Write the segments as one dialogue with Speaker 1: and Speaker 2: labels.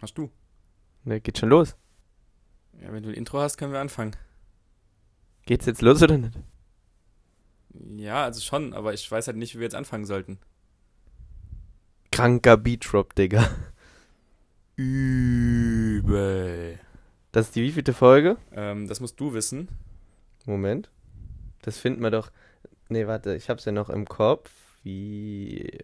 Speaker 1: Hast du?
Speaker 2: Ne, geht schon los.
Speaker 1: Ja, wenn du ein Intro hast, können wir anfangen.
Speaker 2: Geht's jetzt los oder nicht?
Speaker 1: Ja, also schon, aber ich weiß halt nicht, wie wir jetzt anfangen sollten.
Speaker 2: Kranker Beatrop, Digga.
Speaker 1: Übel.
Speaker 2: Das ist die wievielte Folge?
Speaker 1: Ähm, das musst du wissen.
Speaker 2: Moment. Das finden wir doch. Ne, warte, ich hab's ja noch im Kopf. Wie.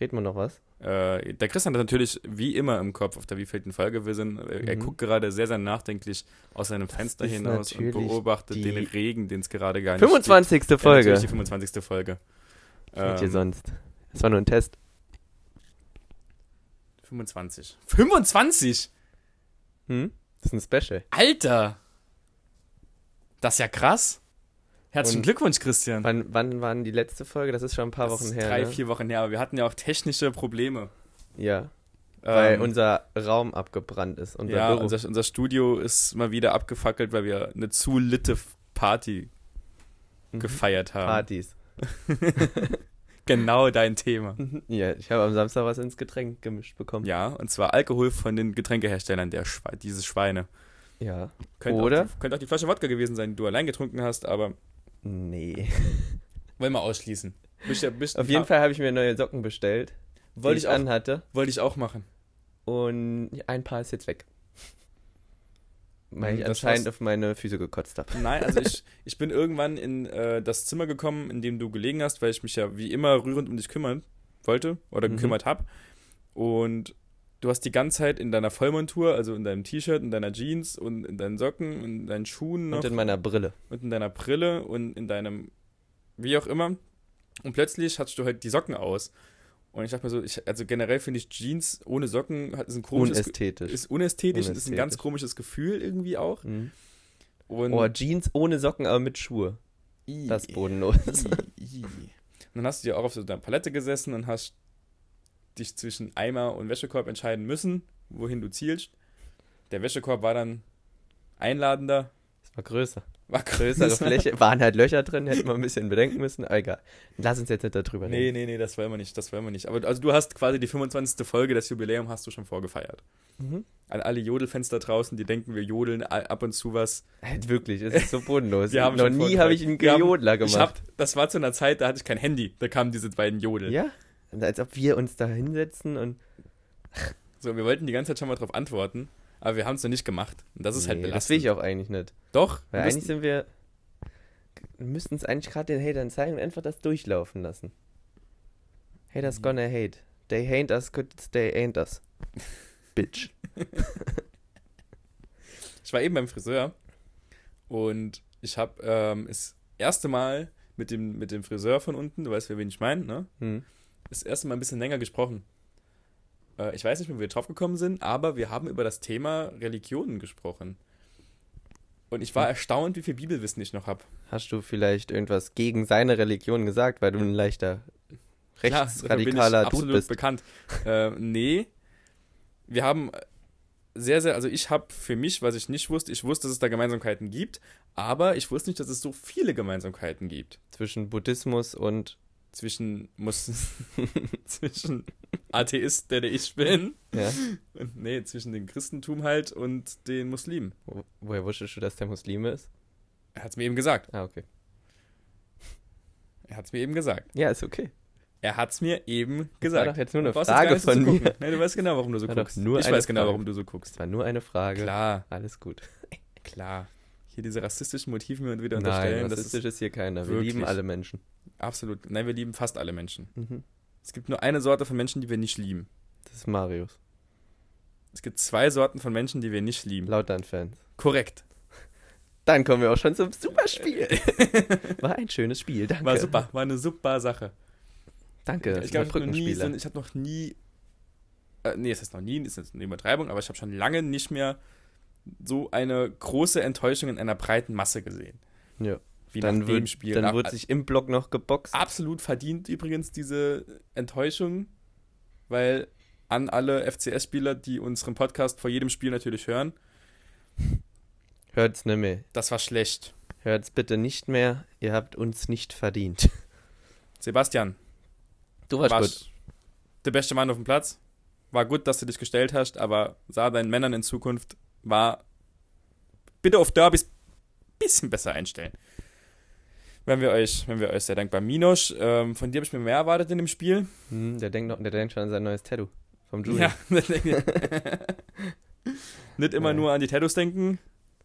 Speaker 2: Reden wir noch was?
Speaker 1: Äh, der Christian hat natürlich wie immer im Kopf, auf der wievielten Folge wir sind. Er, er
Speaker 2: Mhm.
Speaker 1: guckt gerade sehr, sehr nachdenklich aus seinem Fenster
Speaker 2: ist
Speaker 1: hinaus und
Speaker 2: natürlich
Speaker 1: beobachtet
Speaker 2: die-
Speaker 1: den Regen, den es gerade gar nicht gibt.
Speaker 2: 25.
Speaker 1: Ja, natürlich
Speaker 2: Folge.
Speaker 1: die 25. Folge.
Speaker 2: Was hier
Speaker 1: Ähm,
Speaker 2: sonst? Das war nur ein Test.
Speaker 1: 25. 25?
Speaker 2: Hm? Das ist ein Special.
Speaker 1: Alter! Das ist ja krass. Herzlichen
Speaker 2: Und-
Speaker 1: Glückwunsch, Christian.
Speaker 2: Wann, wann war denn die letzte Folge? Das ist schon ein paar
Speaker 1: Das
Speaker 2: Wochen
Speaker 1: ist
Speaker 2: her.
Speaker 1: Drei,
Speaker 2: ne?
Speaker 1: vier Wochen her, aber wir hatten ja auch technische Probleme.
Speaker 2: Ja. Weil
Speaker 1: Ähm,
Speaker 2: unser Raum abgebrannt ist. Unser
Speaker 1: ja,
Speaker 2: Büro.
Speaker 1: unser, unser Studio ist mal wieder abgefackelt, weil wir eine zu litte Party
Speaker 2: Mhm.
Speaker 1: gefeiert haben.
Speaker 2: Partys.
Speaker 1: Genau dein Thema.
Speaker 2: Ja, ich habe am Samstag was ins Getränk gemischt bekommen.
Speaker 1: Ja, und zwar Alkohol von den Getränkeherstellern, der Schwe diese Schweine.
Speaker 2: ja.
Speaker 1: Könnte
Speaker 2: Oder?
Speaker 1: Auch die, könnte auch die Flasche Wodka gewesen sein, die du allein getrunken hast, aber
Speaker 2: Nee.
Speaker 1: wollen wir ausschließen. Bist ja- bist- ah,
Speaker 2: Auf jeden Fall habe ich mir neue Socken bestellt,
Speaker 1: Wollte
Speaker 2: die
Speaker 1: ich,
Speaker 2: ich
Speaker 1: auch,
Speaker 2: anhatte.
Speaker 1: wollte ich auch machen.
Speaker 2: Und ein paar ist jetzt weg.
Speaker 1: Hm,
Speaker 2: Weil ich
Speaker 1: das
Speaker 2: anscheinend
Speaker 1: heißt-
Speaker 2: auf meine Füße gekotzt habe.
Speaker 1: Nein, also ich, ich bin irgendwann in äh, das Zimmer gekommen, in dem du gelegen hast, weil ich mich ja wie immer rührend um dich kümmern wollte oder
Speaker 2: Mhm.
Speaker 1: gekümmert habe. Und du hast die ganze Zeit in deiner Vollmontur, also in deinem T-Shirt, in deiner Jeans und in deinen Socken und in deinen Schuhen noch
Speaker 2: Und in meiner Brille.
Speaker 1: und in deiner Brille und in deinem, wie auch immer. Und plötzlich hattest du halt die Socken aus. Und ich dachte mir so, ich, also generell finde ich Jeans ohne Socken hat- ist ein komisches,
Speaker 2: Unästhetisch.
Speaker 1: ist unästhetisch, und ist ein
Speaker 2: Unästhetisch.
Speaker 1: ganz komisches Gefühl irgendwie auch.
Speaker 2: Mhm.
Speaker 1: Und
Speaker 2: Oh, Jeans ohne Socken, aber mit Schuhe.
Speaker 1: Ih.
Speaker 2: Das ist bodenlos.
Speaker 1: Ii, ii. Und dann hast du ja auch auf so deiner Palette gesessen und hast dich zwischen Eimer und Wäschekorb entscheiden müssen, wohin du zielst. Der Wäschekorb war dann einladender,
Speaker 2: Das war größer.
Speaker 1: war größer.
Speaker 2: Größere Fläche. Waren halt Löcher drin, hätten wir ein bisschen bedenken müssen. Aber egal. Lass uns jetzt nicht darüber
Speaker 1: Nee,
Speaker 2: reden.
Speaker 1: nee, nee, das war immer nicht, das war immer nicht. Aber also du hast quasi die 25. Folge, das Jubiläum hast du schon vorgefeiert.
Speaker 2: Mhm.
Speaker 1: An alle Jodelfenster draußen, die denken, wir jodeln a- ab und zu was.
Speaker 2: Halt wirklich, es ist so bodenlos.
Speaker 1: Wir haben
Speaker 2: Noch
Speaker 1: schon
Speaker 2: nie habe ich einen
Speaker 1: vorgezeigt. Wir haben-
Speaker 2: Gejodler
Speaker 1: Ich
Speaker 2: gemacht.
Speaker 1: hab, das war zu einer Zeit, da hatte ich kein Handy. Da kamen diese beiden Jodel.
Speaker 2: ja? Als ob wir uns da hinsetzen und.
Speaker 1: So, wir wollten die ganze Zeit schon mal drauf antworten, aber wir haben es noch nicht gemacht. Und das ist halt
Speaker 2: Nee, das
Speaker 1: belastend.
Speaker 2: will ich auch eigentlich nicht.
Speaker 1: Doch,
Speaker 2: Weil
Speaker 1: wir müssen-
Speaker 2: eigentlich sind wir. müssten es eigentlich gerade den Hatern zeigen und einfach das durchlaufen lassen. Haters
Speaker 1: Mhm.
Speaker 2: gonna hate. They hate us, good they ain't us. Bitch.
Speaker 1: ich war eben beim Friseur und ich habe ähm, das erste Mal mit dem, mit dem Friseur von unten, du weißt, wer wen ich meine, ne?
Speaker 2: Hm.
Speaker 1: Das erste Mal ein bisschen länger gesprochen. Äh, ich weiß nicht, wie wir drauf gekommen sind, aber wir haben über das Thema Religionen gesprochen. Und ich
Speaker 2: Hm.
Speaker 1: war erstaunt, wie viel Bibelwissen ich noch habe.
Speaker 2: Hast du vielleicht irgendwas gegen seine Religion gesagt, weil du ein leichter rechtsradikaler Dude
Speaker 1: absolut
Speaker 2: bist?
Speaker 1: bekannt. äh, nee, wir haben sehr, sehr, also ich habe für mich, was ich nicht wusste, ich wusste, dass es da Gemeinsamkeiten gibt, aber ich wusste nicht, dass es so viele Gemeinsamkeiten gibt.
Speaker 2: Zwischen Buddhismus und.
Speaker 1: Zwischen, muss, zwischen Atheist, der, der ich bin,
Speaker 2: Ja?
Speaker 1: und nee, zwischen dem Christentum halt und den Muslimen.
Speaker 2: Wo- Woher wusstest du, dass der Muslime ist?
Speaker 1: Er hat es mir eben gesagt.
Speaker 2: Ah, okay.
Speaker 1: Er hat es mir eben gesagt.
Speaker 2: Ja, ist okay.
Speaker 1: Er hat es mir eben
Speaker 2: War
Speaker 1: gesagt.
Speaker 2: doch jetzt nur eine
Speaker 1: Du brauchst jetzt gar
Speaker 2: Frage
Speaker 1: nicht so zu
Speaker 2: von mir.
Speaker 1: gucken. Nee, du weißt genau, warum du so
Speaker 2: War doch
Speaker 1: guckst.
Speaker 2: nur
Speaker 1: ich
Speaker 2: eine
Speaker 1: weiß genau,
Speaker 2: Frage.
Speaker 1: warum du so guckst.
Speaker 2: Es war nur eine Frage.
Speaker 1: Klar.
Speaker 2: Alles gut.
Speaker 1: Klar. Hier diese rassistischen Motive mir wieder unterstellen,
Speaker 2: Nein,
Speaker 1: das
Speaker 2: rassistisch ist hier keiner. Wir
Speaker 1: wirklich-
Speaker 2: lieben alle Menschen.
Speaker 1: ist absolut. Nein, wir lieben fast alle Menschen.
Speaker 2: Mhm.
Speaker 1: Es gibt nur eine Sorte von Menschen, die wir nicht lieben.
Speaker 2: Das ist Marius.
Speaker 1: Es gibt zwei Sorten von Menschen, die wir nicht lieben.
Speaker 2: Lautern-Fans.
Speaker 1: Korrekt.
Speaker 2: Dann kommen wir auch schon zum Superspiel. War ein schönes Spiel, danke.
Speaker 1: War super, war eine super Sache.
Speaker 2: Danke,
Speaker 1: ich glaube, ich habe noch nie, so,
Speaker 2: Brückenspieler.
Speaker 1: ein- ich habe noch nie äh, nee, es ist noch nie, ist jetzt eine Übertreibung, aber ich habe schon lange nicht mehr so eine große Enttäuschung in einer breiten Masse gesehen.
Speaker 2: Ja.
Speaker 1: Wie nach
Speaker 2: dann
Speaker 1: dem
Speaker 2: wird,
Speaker 1: Spiel.
Speaker 2: dann
Speaker 1: Nach- Ah.
Speaker 2: wird sich im Block noch geboxt.
Speaker 1: absolut verdient übrigens diese Enttäuschung, weil an alle FCS-Spieler, die unseren Podcast vor jedem Spiel natürlich hören,
Speaker 2: Hört's nicht mehr.
Speaker 1: das war schlecht.
Speaker 2: Hört's bitte nicht mehr. Ihr habt uns nicht verdient.
Speaker 1: Sebastian,
Speaker 2: Du warst
Speaker 1: warst der beste Mann auf dem Platz.
Speaker 2: gut.
Speaker 1: war gut, dass du dich gestellt hast, aber sah deinen Männern in Zukunft, war bitte auf Derbys bisschen besser einstellen. Wenn wir euch, wenn wir euch sehr dankbar. Minos, ähm, von dir habe ich mir mehr erwartet in dem Spiel.
Speaker 2: Hm, der, denkt noch, der denkt schon an sein neues Tattoo vom Julian.
Speaker 1: Ja, nicht immer
Speaker 2: Ja.
Speaker 1: nur an die Tattoos denken.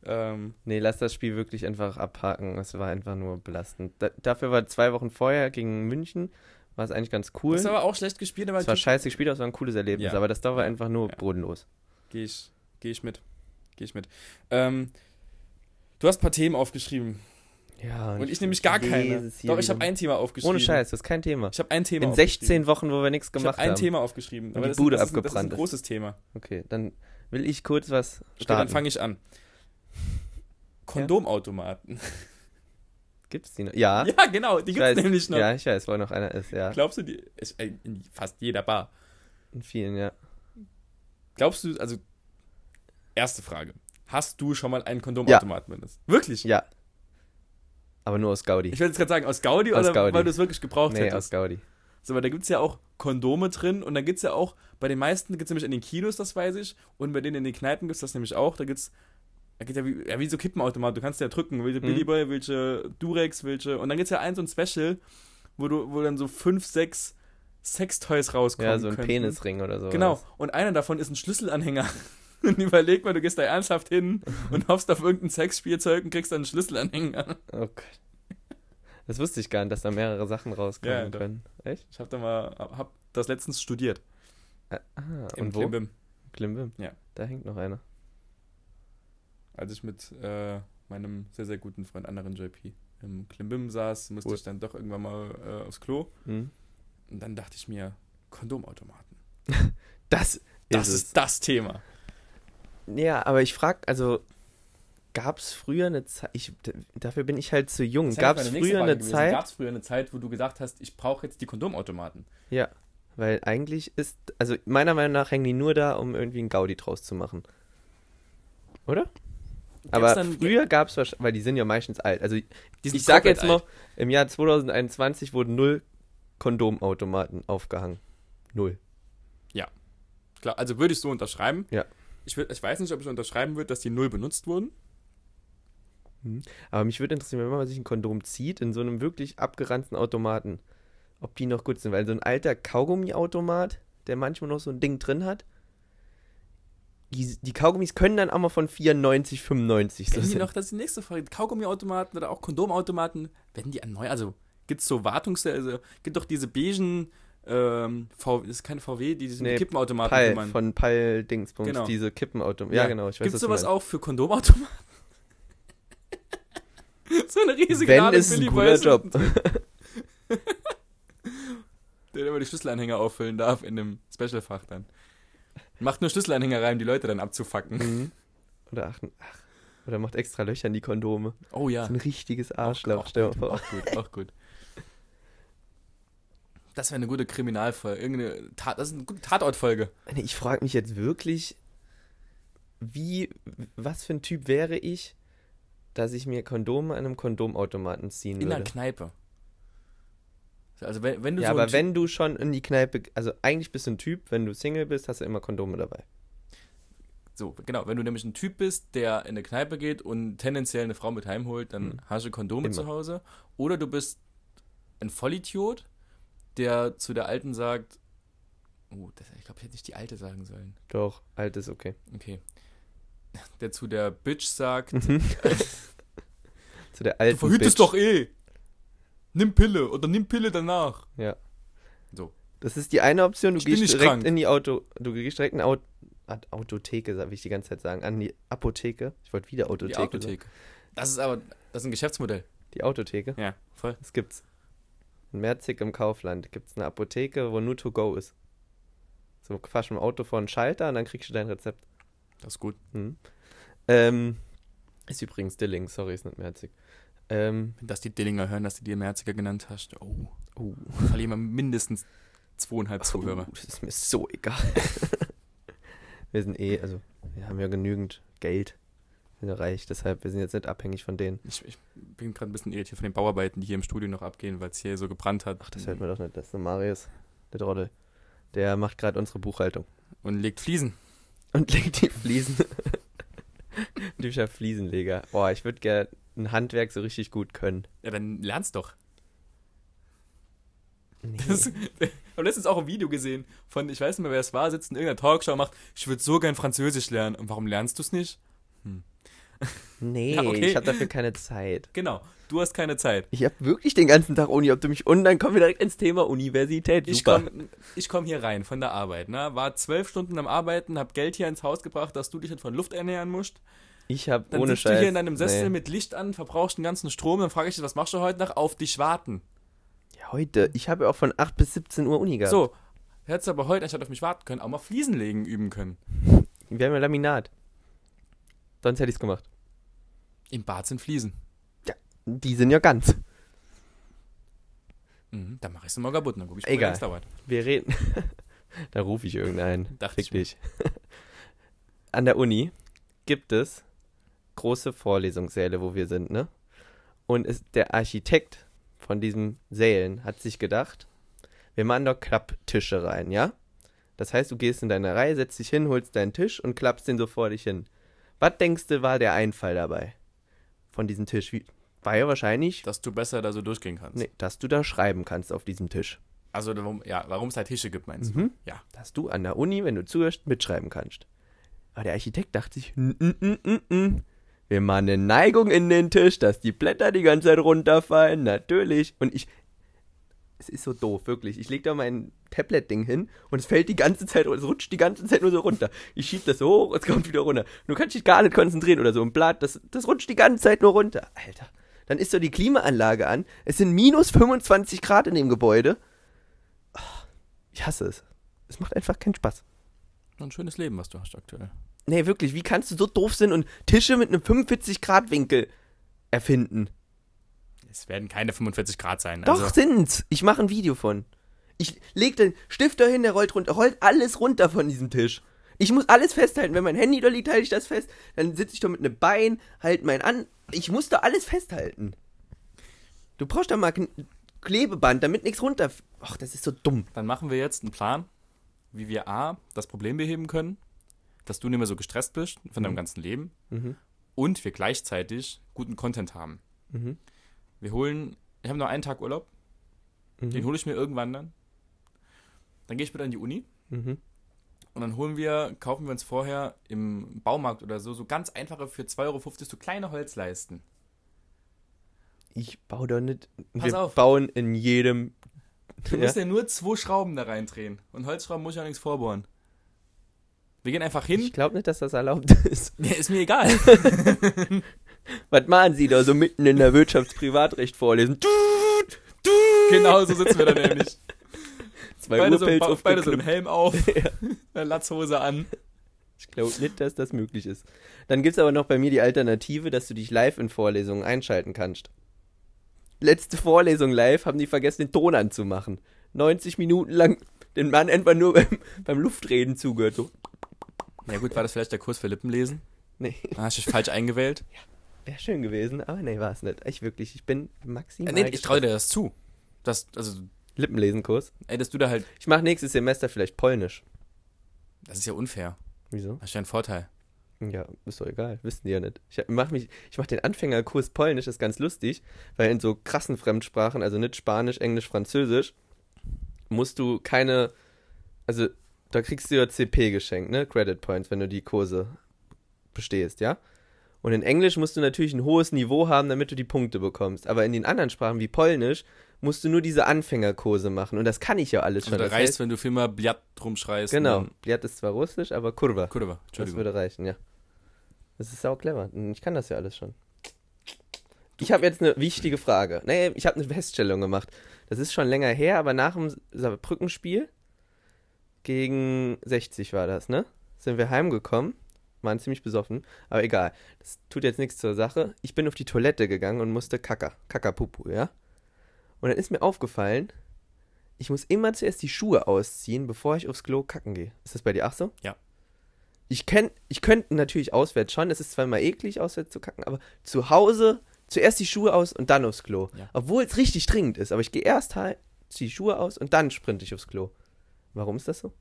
Speaker 1: Ähm,
Speaker 2: Nee, lass das Spiel wirklich einfach abhaken. Es war einfach nur belastend. Da, dafür war zwei Wochen vorher gegen München, war es eigentlich ganz cool.
Speaker 1: Das war aber auch schlecht gespielt, aber
Speaker 2: Es war scheiße gespielt, aber es war ein cooles Erlebnis.
Speaker 1: Ja.
Speaker 2: Aber das da war einfach nur
Speaker 1: Ja.
Speaker 2: bodenlos.
Speaker 1: gehe ich, geh ich mit. Gehe ich mit. Ähm, du hast ein paar Themen aufgeschrieben.
Speaker 2: Ja,
Speaker 1: Und ich nämlich gar keine.
Speaker 2: Jesus, hier
Speaker 1: Doch, ich habe
Speaker 2: wieder.
Speaker 1: ein Thema aufgeschrieben.
Speaker 2: Ohne Scheiß, das ist kein Thema.
Speaker 1: Ich habe ein Thema
Speaker 2: In
Speaker 1: aufgeschrieben.
Speaker 2: 16 Wochen, wo wir nichts
Speaker 1: Ich habe
Speaker 2: gemacht
Speaker 1: ein
Speaker 2: haben.
Speaker 1: Thema aufgeschrieben.
Speaker 2: die
Speaker 1: das
Speaker 2: Bude
Speaker 1: ist, das ist, das ist
Speaker 2: abgebrannt
Speaker 1: ein
Speaker 2: ist.
Speaker 1: großes Thema.
Speaker 2: Okay, dann will ich kurz was
Speaker 1: Okay, dann
Speaker 2: starten.
Speaker 1: fange ich an. Kondomautomaten.
Speaker 2: Gibt's die noch? Ja.
Speaker 1: Ja,
Speaker 2: ich
Speaker 1: genau, die
Speaker 2: weiß,
Speaker 1: gibt's nämlich noch.
Speaker 2: Ja, ich weiß, wo noch einer ist, ja.
Speaker 1: Glaubst du, die ist in fast jeder Bar.
Speaker 2: In vielen, ja.
Speaker 1: Glaubst du, also erste Frage. Hast du schon mal einen Kondomautomaten benutzt? Wirklich?
Speaker 2: Ja. Aber nur aus Gaudi.
Speaker 1: Ich würde jetzt gerade sagen, aus Gaudi
Speaker 2: Aus
Speaker 1: oder
Speaker 2: Gaudi.
Speaker 1: weil du es wirklich gebraucht
Speaker 2: nee,
Speaker 1: hättest?
Speaker 2: aus Gaudi.
Speaker 1: So, aber da gibt es ja auch Kondome drin und dann gibt es ja auch, bei den meisten gibt es nämlich in den Kinos, das weiß ich, und bei denen in den Kneipen gibt es das nämlich auch. Da gibt's, da geht's ja wie, ja wie so Kippenautomat, du kannst ja drücken, welche
Speaker 2: Mhm.
Speaker 1: Billy Boy, welche Durex, welche. Und dann gibt es ja eins so ein Special, wo du, wo dann so fünf, sechs Sextoys rauskommen.
Speaker 2: Ja, so ein
Speaker 1: könnten.
Speaker 2: Penisring oder so.
Speaker 1: Genau, und einer davon ist ein Schlüsselanhänger. Und überleg mal, du gehst da ernsthaft hin und hoffst auf irgendein Sexspielzeug und kriegst dann einen Schlüsselanhänger.
Speaker 2: Oh Gott. Das wusste ich gar nicht, dass da mehrere Sachen rauskommen
Speaker 1: Ja, doch.
Speaker 2: können. Echt?
Speaker 1: Ich hab da mal, hab das letztens studiert.
Speaker 2: Ah, ah,
Speaker 1: im
Speaker 2: und wo?
Speaker 1: Klimbim.
Speaker 2: Klimbim.
Speaker 1: Ja.
Speaker 2: Da hängt noch einer.
Speaker 1: als ich mit äh, meinem sehr, sehr guten Freund anderen JP im Klimbim saß, musste
Speaker 2: Cool.
Speaker 1: ich dann doch irgendwann mal äh, aufs Klo.
Speaker 2: Hm.
Speaker 1: Und dann dachte ich mir, Kondomautomaten.
Speaker 2: Das,
Speaker 1: Das
Speaker 2: ist
Speaker 1: ist,
Speaker 2: es.
Speaker 1: das Thema.
Speaker 2: Ja, aber ich frage, also gab es früher eine Zeit, ich, d- dafür bin ich halt zu jung, gab es früher eine Zeit,
Speaker 1: Gab es früher eine Zeit, wo du gesagt hast, ich brauche jetzt die Kondomautomaten?
Speaker 2: weil eigentlich ist, also meiner Meinung nach hängen die nur da, um irgendwie einen Gaudi draus zu machen. Oder? aber
Speaker 1: dann-
Speaker 2: früher gab es wahrscheinlich, weil die sind ja meistens alt, also
Speaker 1: Die
Speaker 2: ich sag
Speaker 1: komplett
Speaker 2: jetzt mal, im Jahr 2021 wurden null Kondomautomaten aufgehangen. Null.
Speaker 1: alt. Klar, also würde ich so unterschreiben.
Speaker 2: Ja.
Speaker 1: Ich, würd, ich weiß nicht, ob ich unterschreiben würde, dass die null benutzt wurden.
Speaker 2: Aber mich würde interessieren, wenn man sich ein Kondom zieht, in so einem wirklich abgeranzten Automaten, ob die noch gut sind. Weil so ein alter Kaugummi-Automat, der manchmal noch so ein Ding drin hat, die, die Kaugummis können dann auch mal von 94, 95 so
Speaker 1: Wenn die
Speaker 2: sein.
Speaker 1: noch, das ist die nächste Frage, Kaugummiautomaten oder auch Kondomautomaten, werden die an neu, also gibt es so Wartungs, also gibt doch diese beigen, ähm, v, das ist keine VW, die sind
Speaker 2: Nee,
Speaker 1: Kippenautomaten, die
Speaker 2: Pall,
Speaker 1: man-
Speaker 2: von Pall-Dingsbums,
Speaker 1: Genau.
Speaker 2: diese Kippenautomaten. Ja, genau, ich weiß,
Speaker 1: Gibt es
Speaker 2: was du
Speaker 1: sowas
Speaker 2: meinst.
Speaker 1: auch für Kondomautomaten? so eine riesige
Speaker 2: Wenn,
Speaker 1: Ladung
Speaker 2: ist ein
Speaker 1: Billy
Speaker 2: cooler
Speaker 1: Boys,
Speaker 2: Job.
Speaker 1: Der immer die Schlüsselanhänger auffüllen darf in dem Specialfach dann. Macht nur Schlüsselanhänger rein, um die Leute dann abzufacken.
Speaker 2: Mhm. Oder ach, ach, oder macht extra Löcher in die Kondome.
Speaker 1: Oh ja.
Speaker 2: So ein richtiges Arschloch,
Speaker 1: Auch
Speaker 2: stell dir
Speaker 1: gut,
Speaker 2: mal vor.
Speaker 1: Auch gut, auch gut. Das wäre eine gute Kriminalfolge. Irgendeine Tat, das ist eine gute Tatortfolge.
Speaker 2: Nee, Ich frage mich jetzt wirklich, wie, was für ein Typ wäre ich, dass ich mir Kondome an einem Kondomautomaten ziehen
Speaker 1: In einer
Speaker 2: würde.
Speaker 1: Kneipe. Also wenn, wenn du
Speaker 2: Ja,
Speaker 1: so ein
Speaker 2: aber
Speaker 1: Typ-
Speaker 2: wenn du schon in die Kneipe, also eigentlich bist du ein Typ, wenn du Single bist, hast du immer Kondome dabei.
Speaker 1: so genau, wenn du nämlich ein Typ bist, der in eine Kneipe geht und tendenziell eine Frau mit heimholt, dann hast du Kondome
Speaker 2: Hm. Immer.
Speaker 1: zu Hause. Oder du bist ein Vollidiot, der zu der Alten sagt, oh, das, ich glaube, ich hätte nicht die Alte sagen sollen.
Speaker 2: Doch, alt ist okay.
Speaker 1: Okay. Der zu der Bitch sagt,
Speaker 2: Zu der
Speaker 1: Du
Speaker 2: alten
Speaker 1: verhütest
Speaker 2: Bitch.
Speaker 1: doch eh. Nimm Pille oder nimm Pille danach.
Speaker 2: Ja.
Speaker 1: So.
Speaker 2: Das ist die eine Option, du
Speaker 1: Ich bin
Speaker 2: gehst
Speaker 1: nicht
Speaker 2: direkt
Speaker 1: krank.
Speaker 2: in die Auto, du gehst direkt in die Auto, Autotheke, sag- will ich die ganze Zeit sagen, an die Apotheke. Ich wollte wieder Autotheke.
Speaker 1: Die
Speaker 2: sagen.
Speaker 1: Autotheke. Das ist aber, das ist ein Geschäftsmodell.
Speaker 2: Die Autotheke.
Speaker 1: Ja, voll.
Speaker 2: Das gibt's. In Merzig im Kaufland gibt's eine Apotheke, wo nur To Go ist. So fahrst du im Auto vor einen Schalter und dann kriegst du dein Rezept.
Speaker 1: Das ist gut.
Speaker 2: Hm. Ähm, ist übrigens Dilling, sorry, ist nicht Merzig. Ähm,
Speaker 1: Wenn das die Dillinger hören, dass du dir Merziger genannt hast, oh,
Speaker 2: oh,
Speaker 1: verlieren wir mindestens zweieinhalb
Speaker 2: oh,
Speaker 1: Zuhörer.
Speaker 2: das ist mir so egal. wir sind eh, also wir haben ja genügend Geld. Wir sind ja reich, deshalb, wir sind jetzt nicht abhängig von denen.
Speaker 1: Ich, ich bin gerade ein bisschen irritiert von den
Speaker 2: Mhm.
Speaker 1: Bauarbeiten, die hier im Studio noch abgehen, weil es hier so gebrannt hat.
Speaker 2: Ach, das hört man doch nicht, das ist nur Marius, der Trottel. Der macht gerade unsere Buchhaltung.
Speaker 1: Und legt Fliesen.
Speaker 2: Und legt die Fliesen. Typischer Fliesenleger. Boah, ich würde gerne ein Handwerk so richtig gut können.
Speaker 1: Ja, dann lern's doch.
Speaker 2: Nee.
Speaker 1: Das, ich habe letztens auch ein Video gesehen von, ich weiß nicht mehr, wer es war, sitzt in irgendeiner Talkshow und macht, ich würde so gern Französisch lernen. Und warum lernst du es nicht?
Speaker 2: nee,
Speaker 1: Ja, okay.
Speaker 2: ich habe dafür keine Zeit.
Speaker 1: Genau, du hast keine Zeit.
Speaker 2: Ich habe wirklich den ganzen Tag Uni, ob du mich und dann kommen wir direkt ins Thema Universität.
Speaker 1: Ich
Speaker 2: Super.
Speaker 1: komme ich komm hier rein von der Arbeit, ne? war zwölf Stunden am Arbeiten, hab Geld hier ins Haus gebracht, dass du dich nicht von Luft ernähren musst.
Speaker 2: ich habe
Speaker 1: Dann
Speaker 2: ohne
Speaker 1: sitzt
Speaker 2: Scheiß.
Speaker 1: du hier in deinem Sessel
Speaker 2: nee.
Speaker 1: mit Licht an, verbrauchst den ganzen Strom, dann frage ich dich, was machst du heute noch? Auf dich warten.
Speaker 2: ja, heute, ich habe ja auch von 8 bis 17 Uhr Uni gehabt.
Speaker 1: So, hättest du aber heute, anstatt auf mich warten können, auch mal Fliesen legen üben können.
Speaker 2: Wir haben ja Laminat. Sonst hätte ich's gemacht.
Speaker 1: Im Bad sind Fliesen.
Speaker 2: Die sind ja ganz.
Speaker 1: Mhm, dann mache ich es mal kaputt, dann gucke ich,
Speaker 2: Egal.
Speaker 1: es dauert.
Speaker 2: Wir reden. da rufe ich irgendeinen.
Speaker 1: Dachte
Speaker 2: Fick
Speaker 1: ich mir.
Speaker 2: dich. An der Uni gibt es große Vorlesungssäle, wo wir sind, ne? Und es, der Architekt von diesen Sälen hat sich gedacht, wir machen doch Klapptische rein, ja? Das heißt, du gehst in deine Reihe, setzt dich hin, holst deinen Tisch und klappst den so vor dich hin. Was denkst du, war der Einfall dabei? Von diesem Tisch? Wie, war ja wahrscheinlich,
Speaker 1: Dass du besser da so durchgehen kannst.
Speaker 2: nee, dass du da schreiben kannst auf diesem Tisch.
Speaker 1: Also, warum, ja, warum es halt Tische gibt, meinst du?
Speaker 2: Mhm.
Speaker 1: Ja.
Speaker 2: dass du an der Uni, wenn du zuhörst, mitschreiben kannst. Aber der Architekt dachte sich, "N- n- n- n- n. wir machen eine Neigung in den Tisch, dass die Blätter die ganze Zeit runterfallen, natürlich. Und ich, es ist so doof, wirklich. Ich lege da mein Tablet-Ding hin und es fällt die ganze Zeit, es rutscht die ganze Zeit nur so runter. Ich schieb das so hoch, es kommt wieder runter. Du kannst dich gar nicht konzentrieren oder so ein Blatt, das, das rutscht die ganze Zeit nur runter. Alter, dann ist so die Klimaanlage an, es sind minus 25 Grad in dem Gebäude. Ich hasse es. Es macht einfach keinen Spaß.
Speaker 1: Ein schönes Leben, was du hast aktuell.
Speaker 2: Nee, wirklich, wie kannst du so doof sein und Tische mit einem 45-Grad-Winkel erfinden?
Speaker 1: Es werden keine 45 Grad sein.
Speaker 2: Doch,
Speaker 1: Also,
Speaker 2: sind's. Ich mache ein Video von. Ich leg den Stift dahin, der rollt runter, rollt alles runter von diesem Tisch. Ich muss alles festhalten. Wenn mein Handy da liegt, halte ich das fest. Dann sitze ich da mit einem Bein, halte mein an. Ich muss da alles festhalten. Du brauchst da mal Kn- Klebeband, damit nichts runter. Ach, das ist so dumm.
Speaker 1: dann machen wir jetzt einen Plan, wie wir A, das Problem beheben können, dass du nicht mehr so gestresst bist von
Speaker 2: Mhm.
Speaker 1: deinem ganzen Leben und wir gleichzeitig guten Content haben.
Speaker 2: Mhm.
Speaker 1: Wir holen, ich habe nur einen Tag Urlaub,
Speaker 2: Mhm.
Speaker 1: den hole ich mir irgendwann dann. Dann gehe ich mit an die Uni
Speaker 2: Mhm.
Speaker 1: und dann holen wir, kaufen wir uns vorher im Baumarkt oder so, so ganz einfache für 2,50 Euro so kleine Holzleisten.
Speaker 2: Ich baue da nicht.
Speaker 1: Pass
Speaker 2: wir
Speaker 1: auf.
Speaker 2: bauen in jedem.
Speaker 1: Du
Speaker 2: Ja.
Speaker 1: musst ja nur zwei Schrauben da reindrehen. Und Holzschrauben muss ich auch nichts vorbohren. Wir gehen einfach hin.
Speaker 2: Ich glaube nicht, dass das erlaubt ist.
Speaker 1: Ja, ist mir egal.
Speaker 2: Was machen Sie da so mitten in der Wirtschaftsprivatrecht vorlesen? Tut, tut.
Speaker 1: genau so sitzen wir da nämlich.
Speaker 2: Zwei
Speaker 1: Beide so,
Speaker 2: Urpelz
Speaker 1: ba- beide so einen
Speaker 2: aufgeknüpft.
Speaker 1: Helm auf,
Speaker 2: Ja.
Speaker 1: eine Latzhose an.
Speaker 2: Ich glaube nicht, dass das möglich ist. Dann gibt es aber noch bei mir die Alternative, dass du dich live in Vorlesungen einschalten kannst. Letzte Vorlesung live haben die vergessen, den Ton anzumachen. 90 Minuten lang den Mann einfach nur beim, beim Luftreden zugehört. So.
Speaker 1: Ja gut, war das vielleicht der Kurs für Lippenlesen?
Speaker 2: Nee,
Speaker 1: Da hast du dich falsch eingewählt.
Speaker 2: wäre schön gewesen, aber nee, war es nicht. Ich wirklich, ich bin maximal.
Speaker 1: Äh, nee, ich traue dir das zu. Das, also,
Speaker 2: Lippenlesenkurs.
Speaker 1: ey, dass du da halt,
Speaker 2: Ich mache nächstes Semester vielleicht Polnisch.
Speaker 1: das ist ja unfair.
Speaker 2: Wieso?
Speaker 1: Hast du ja einen Vorteil.
Speaker 2: Ja, ist doch egal, wissen die ja nicht. Ich mach, mich, ich mach den Anfängerkurs Polnisch, das ist ganz lustig, weil in so krassen Fremdsprachen, also nicht Spanisch, Englisch, Französisch, musst du keine, also da kriegst du ja CP geschenkt, ne? Credit Points, wenn du die Kurse bestehst, ja? Und in Englisch musst du natürlich ein hohes Niveau haben, damit du die Punkte bekommst. Aber in den anderen Sprachen wie Polnisch musst du nur diese Anfängerkurse machen. Und das kann ich ja alles
Speaker 1: Also,
Speaker 2: schon.
Speaker 1: da
Speaker 2: das
Speaker 1: reißt,
Speaker 2: heißt,
Speaker 1: wenn du viel mal Blatt rumschreist.
Speaker 2: genau.
Speaker 1: und
Speaker 2: Bliat ist zwar Russisch, aber Kurva.
Speaker 1: dann- Kurwa,
Speaker 2: Das
Speaker 1: Entschuldigung.
Speaker 2: würde reichen, ja. Das ist auch clever. Ich kann das ja alles schon. Ich habe jetzt eine wichtige Frage. Nee, ich habe eine Feststellung gemacht. Das ist schon länger her, aber nach dem Saarbrückenspiel gegen 60 war das, ne? Sind wir heimgekommen, waren ziemlich besoffen, aber egal. Das tut jetzt nichts zur Sache. Ich bin auf die Toilette gegangen und musste Kaka, Kaka Pupu, ja? Und dann ist mir aufgefallen, ich muss immer zuerst die Schuhe ausziehen, bevor ich aufs Klo kacken gehe. Ist das bei dir auch so?
Speaker 1: Ja.
Speaker 2: Ich, kenn, ich könnte natürlich auswärts schon, es ist zwar mal eklig, auswärts zu kacken, aber zu Hause zuerst die Schuhe aus und dann aufs Klo.
Speaker 1: Ja.
Speaker 2: Obwohl es richtig dringend ist, aber ich gehe erst halt, ziehe die Schuhe aus und dann sprinte ich aufs Klo. Warum ist das so?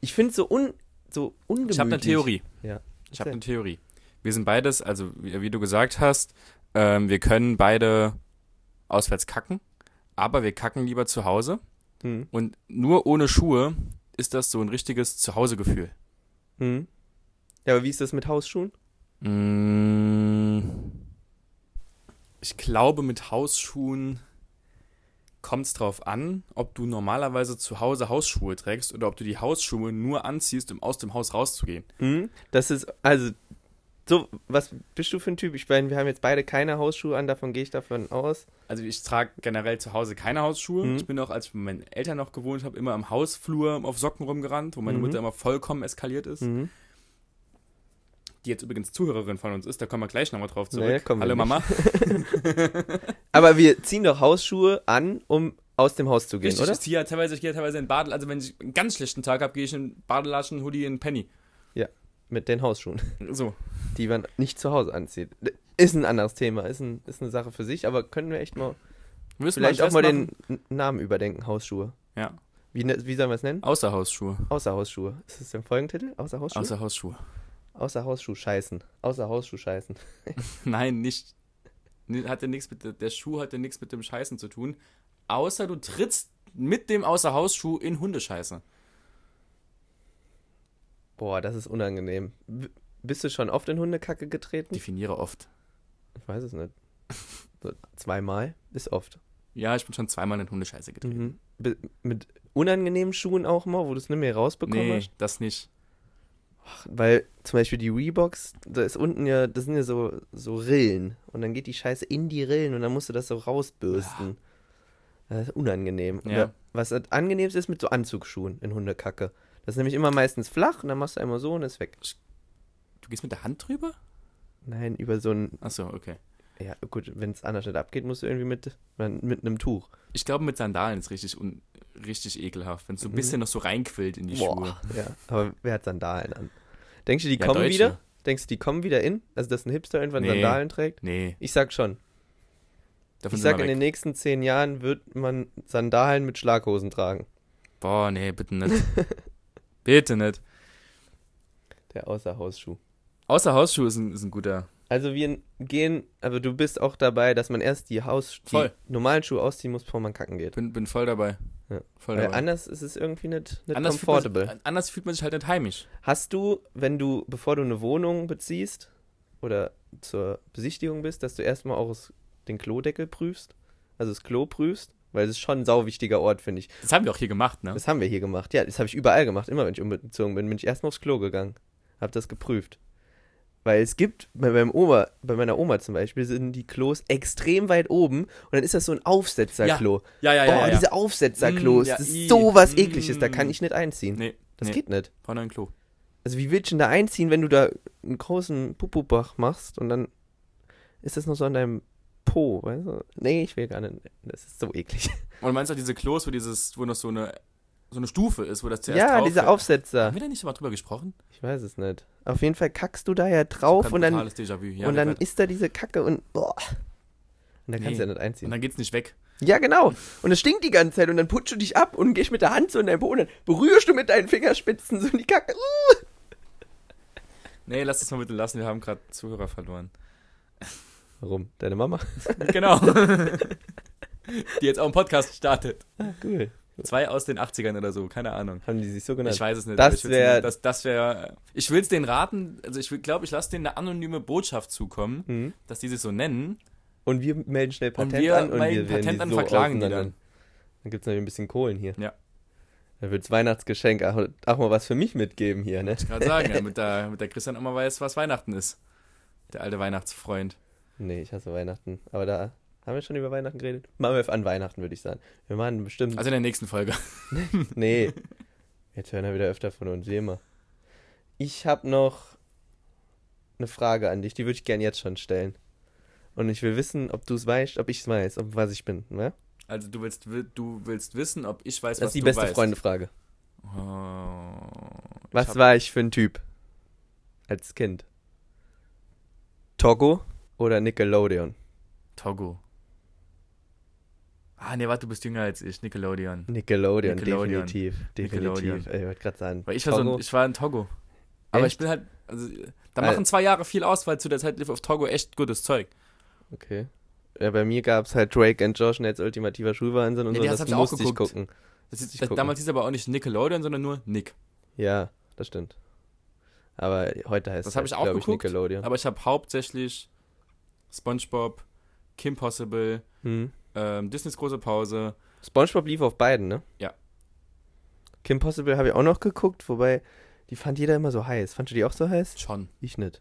Speaker 2: Ich finde es so, un, so ungemütlich.
Speaker 1: Ich habe eine Theorie.
Speaker 2: Ja.
Speaker 1: Ich ne- habe
Speaker 2: Erzähl.
Speaker 1: eine Theorie. Wir sind beides, also wie, wie du gesagt hast, ähm, wir können beide auswärts kacken, aber wir kacken lieber zu Hause.
Speaker 2: Hm.
Speaker 1: Und nur ohne Schuhe ist das so ein richtiges Zuhausegefühl.
Speaker 2: Hm. Ja, aber wie ist das mit Hausschuhen?
Speaker 1: Mm, Ich glaube, mit Hausschuhen kommt es drauf an, ob du normalerweise zu Hause Hausschuhe trägst oder ob du die Hausschuhe nur anziehst, um aus dem Haus rauszugehen.
Speaker 2: Hm? Das ist, also, so, was bist du für ein Typ? Ich meine, wir haben jetzt beide keine Hausschuhe an, davon gehe ich davon aus.
Speaker 1: Also ich trage generell zu Hause keine Hausschuhe.
Speaker 2: Mhm.
Speaker 1: Ich bin auch, als ich bei meinen Eltern noch gewohnt habe, immer im Hausflur um auf Socken rumgerannt, wo meine
Speaker 2: Mhm.
Speaker 1: Mutter immer vollkommen eskaliert ist.
Speaker 2: Mhm.
Speaker 1: Die jetzt übrigens Zuhörerin von uns ist, da kommen wir gleich nochmal drauf zurück.
Speaker 2: Nee, kommen wir
Speaker 1: Hallo
Speaker 2: nicht.
Speaker 1: Mama.
Speaker 2: Aber wir ziehen doch Hausschuhe an, um aus dem Haus zu gehen,
Speaker 1: Richtig,
Speaker 2: oder?
Speaker 1: ich ziehe ja teilweise, ich gehe ja teilweise in Badel, also wenn ich einen ganz schlechten Tag habe, gehe ich in Badelaschen, Hoodie, in Penny.
Speaker 2: Mit den Hausschuhen,
Speaker 1: So.
Speaker 2: die man nicht zu Hause anzieht. Ist ein anderes Thema, ist, ein, ist eine Sache für sich, aber können wir echt mal
Speaker 1: Müssen wir
Speaker 2: vielleicht auch mal
Speaker 1: einen Test
Speaker 2: den
Speaker 1: machen?
Speaker 2: N- Namen überdenken, Hausschuhe.
Speaker 1: Ja,
Speaker 2: Wie, ne- wie sollen wir es nennen?
Speaker 1: Außerhausschuhe.
Speaker 2: Außerhausschuhe. Ist das der Folgentitel? Außerhausschuhe? Außer,
Speaker 1: Außerhausschuhe.
Speaker 2: Außerhausschuh scheißen. Außerhausschuh scheißen.
Speaker 1: Nein, nicht. ni- Hat ja nichts mit, der- der Schuh hat ja nichts mit dem Scheißen zu tun. Außer du trittst mit dem Außerhausschuh in Hundescheiße.
Speaker 2: Boah, das ist unangenehm. W- Bist du schon oft in Hundekacke getreten?
Speaker 1: Definiere oft.
Speaker 2: Ich weiß es nicht. So, zweimal ist oft.
Speaker 1: Ja, ich bin schon zweimal in Hundescheiße getreten.
Speaker 2: Be- Mit unangenehmen Schuhen auch mal, wo du es nicht mehr rausbekommen
Speaker 1: Nee,
Speaker 2: hast.
Speaker 1: das nicht.
Speaker 2: Weil zum Beispiel die Reeboks, da ist unten ja, das sind ja so, so Rillen. Und dann geht die Scheiße in die Rillen und dann musst du das so rausbürsten. Das ist unangenehm.
Speaker 1: Ja.
Speaker 2: Oder was das angenehmste ist mit so Anzugsschuhen in Hundekacke. Das ist nämlich immer meistens flach und dann machst du einmal so und ist weg.
Speaker 1: Du gehst mit der Hand drüber?
Speaker 2: Nein, über so ein,
Speaker 1: Achso, okay.
Speaker 2: ja gut, wenn es anders nicht abgeht, musst du irgendwie mit, mit einem Tuch.
Speaker 1: Ich glaube, mit Sandalen ist richtig un richtig ekelhaft, wenn es so
Speaker 2: Mhm.
Speaker 1: ein bisschen noch so reinquillt in die Schuhe.
Speaker 2: Ja, aber wer hat Sandalen an? Denkst du, die
Speaker 1: Ja,
Speaker 2: kommen
Speaker 1: Deutsche.
Speaker 2: wieder? Denkst du, die kommen wieder in? Also, dass ein Hipster irgendwann
Speaker 1: Nee.
Speaker 2: Sandalen trägt?
Speaker 1: Nee,
Speaker 2: Ich sag schon.
Speaker 1: davon sind
Speaker 2: Ich sag,
Speaker 1: wir
Speaker 2: in
Speaker 1: weg.
Speaker 2: den nächsten zehn Jahren wird man Sandalen mit Schlaghosen tragen.
Speaker 1: Boah, nee, bitte nicht. bitte nicht.
Speaker 2: Der Außerhausschuh.
Speaker 1: Außer Hausschuhe ist ein, ist ein guter.
Speaker 2: Also, wir gehen, aber du bist auch dabei, dass man erst die, Haus, die
Speaker 1: Voll.
Speaker 2: normalen Schuhe ausziehen muss, bevor man kacken geht.
Speaker 1: Bin, bin voll dabei.
Speaker 2: Ja.
Speaker 1: Voll
Speaker 2: Weil
Speaker 1: dabei.
Speaker 2: anders ist es irgendwie nicht, nicht
Speaker 1: Anders fühlt, man
Speaker 2: comfortable.
Speaker 1: sich, anders fühlt man sich halt nicht heimisch.
Speaker 2: Hast du, wenn du, bevor du eine Wohnung beziehst oder zur Besichtigung bist, dass du erstmal auch das- den Klodeckel prüfst? Also das Klo prüfst? Weil das ist schon ein sauwichtiger Ort, finde ich.
Speaker 1: Das haben wir auch hier gemacht, ne?
Speaker 2: Das haben wir hier gemacht. Ja, das habe ich überall gemacht. Immer wenn ich umgezogen bin, bin ich erstmal aufs Klo gegangen. Habe das geprüft. Weil es gibt, bei, meinem Oma, bei meiner Oma zum Beispiel, sind die Klos extrem weit oben und dann ist das so ein Aufsetzerklo.
Speaker 1: Ja, ja,
Speaker 2: Boah,
Speaker 1: ja. ja, ja.
Speaker 2: diese Aufsetzerklos,
Speaker 1: Mm, ja,
Speaker 2: das
Speaker 1: i,
Speaker 2: ist sowas
Speaker 1: mm.
Speaker 2: ekliges, da kann ich nicht einziehen.
Speaker 1: Nee,
Speaker 2: Das
Speaker 1: nee.
Speaker 2: geht nicht.
Speaker 1: Brauch noch ein Klo.
Speaker 2: Also wie willst du denn da einziehen, wenn du da einen großen Pupubach machst und dann ist das noch so an deinem Po, weißt du? Nee, ich will gar nicht. Das ist so eklig.
Speaker 1: Und du meinst auch diese Klos, wo dieses, wo noch so eine, so eine Stufe ist, wo das zuerst
Speaker 2: ja,
Speaker 1: drauf
Speaker 2: diese
Speaker 1: wird. Haben
Speaker 2: Aufsetzer.
Speaker 1: wir da nicht mal drüber gesprochen?
Speaker 2: Ich weiß es nicht. Auf jeden Fall kackst du da ja drauf und dann,
Speaker 1: Totales Déjà-vu. Ja,
Speaker 2: und dann
Speaker 1: Rückert.
Speaker 2: ist da diese Kacke und boah. Und da
Speaker 1: Nee.
Speaker 2: kannst du ja nicht
Speaker 1: und
Speaker 2: einziehen.
Speaker 1: dann geht's nicht weg.
Speaker 2: Ja, genau. Und es stinkt die ganze Zeit und dann putschst du dich ab und gehst mit der Hand so in deinen Po und dann berührst du mit deinen Fingerspitzen so die Kacke. Uh.
Speaker 1: Nee, lass das mal bitte lassen, wir haben gerade Zuhörer verloren.
Speaker 2: Warum? Deine Mama?
Speaker 1: Genau. Die jetzt auch einen Podcast startet.
Speaker 2: Ah, Cool.
Speaker 1: Zwei aus den 80ern oder so, keine Ahnung.
Speaker 2: Haben die sich so genannt?
Speaker 1: Ich weiß es nicht.
Speaker 2: Das
Speaker 1: aber ich will's
Speaker 2: wär-
Speaker 1: nicht- das, das wär, ich will es denen raten, also ich glaube, ich lasse denen eine anonyme Botschaft zukommen,
Speaker 2: Mhm.
Speaker 1: dass die sich so nennen.
Speaker 2: Und wir melden schnell Patent
Speaker 1: wir
Speaker 2: an und
Speaker 1: melden
Speaker 2: wir werden
Speaker 1: Patent
Speaker 2: die
Speaker 1: an,
Speaker 2: so
Speaker 1: verklagen die
Speaker 2: auseinander-
Speaker 1: dann.
Speaker 2: Dann gibt es nämlich ein bisschen Kohlen hier.
Speaker 1: Ja.
Speaker 2: Dann wird's Weihnachtsgeschenk auch, auch mal was für mich mitgeben hier, ne?
Speaker 1: Gerade sagen, damit der, damit der Christian auch mal weiß, was Weihnachten ist. Der alte Weihnachtsfreund.
Speaker 2: Nee, ich hasse Weihnachten. Aber da haben wir schon über Weihnachten geredet. Machen wir an Weihnachten, würde ich sagen. Wir machen bestimmt.
Speaker 1: Also in der nächsten Folge.
Speaker 2: nee. Jetzt hören wir wieder öfter von uns, wie immer. Ich habe noch eine Frage an dich, die würde ich gern jetzt schon stellen. Und ich will wissen, ob du es weißt, ob ich es weiß, ob was ich bin, ne?
Speaker 1: Also du willst, wi- du willst wissen, ob ich weiß,
Speaker 2: Das
Speaker 1: was
Speaker 2: ist die
Speaker 1: du
Speaker 2: beste
Speaker 1: weißt.
Speaker 2: Freunde-Frage.
Speaker 1: Oh,
Speaker 2: Was
Speaker 1: Ich hab-
Speaker 2: war ich für ein Typ als Kind? Togo oder Nickelodeon?
Speaker 1: Togo. Ah, nee, warte, du bist jünger als ich. Nickelodeon.
Speaker 2: Nickelodeon,
Speaker 1: Nickelodeon.
Speaker 2: definitiv.
Speaker 1: Nickelodeon.
Speaker 2: Definitiv. Ey, Ich wollte gerade sagen.
Speaker 1: Weil ich war, so ein,
Speaker 2: Togo,
Speaker 1: ich war in Togo. Aber ich
Speaker 2: Echt?
Speaker 1: bin halt. Also, da
Speaker 2: Weil-
Speaker 1: machen zwei Jahre viel aus, weil zu der Zeit lief auf Togo echt gutes Zeug.
Speaker 2: Okay. Ja, bei mir gab es halt Drake and Josh als ultimativer Schulwahnsinn und
Speaker 1: Ja,
Speaker 2: so.
Speaker 1: die
Speaker 2: Das
Speaker 1: hab ich auch
Speaker 2: musste ich
Speaker 1: geguckt.
Speaker 2: gucken.
Speaker 1: Das
Speaker 2: Muss ich
Speaker 1: ist, das,
Speaker 2: gucken.
Speaker 1: damals hieß aber auch nicht Nickelodeon, sondern nur Nick.
Speaker 2: Ja, das stimmt. Aber heute heißt
Speaker 1: Das
Speaker 2: es
Speaker 1: hab
Speaker 2: halt,
Speaker 1: ich auch
Speaker 2: glaub
Speaker 1: geguckt,
Speaker 2: Nickelodeon.
Speaker 1: Aber ich habe hauptsächlich SpongeBob, Kim Possible,
Speaker 2: Hm.
Speaker 1: ähm, Disneys große Pause.
Speaker 2: SpongeBob lief auf beiden, ne?
Speaker 1: Ja.
Speaker 2: Kim Possible habe ich auch noch geguckt, wobei die fand jeder immer so heiß. Fandst du die auch so heiß?
Speaker 1: Schon.
Speaker 2: Ich nicht.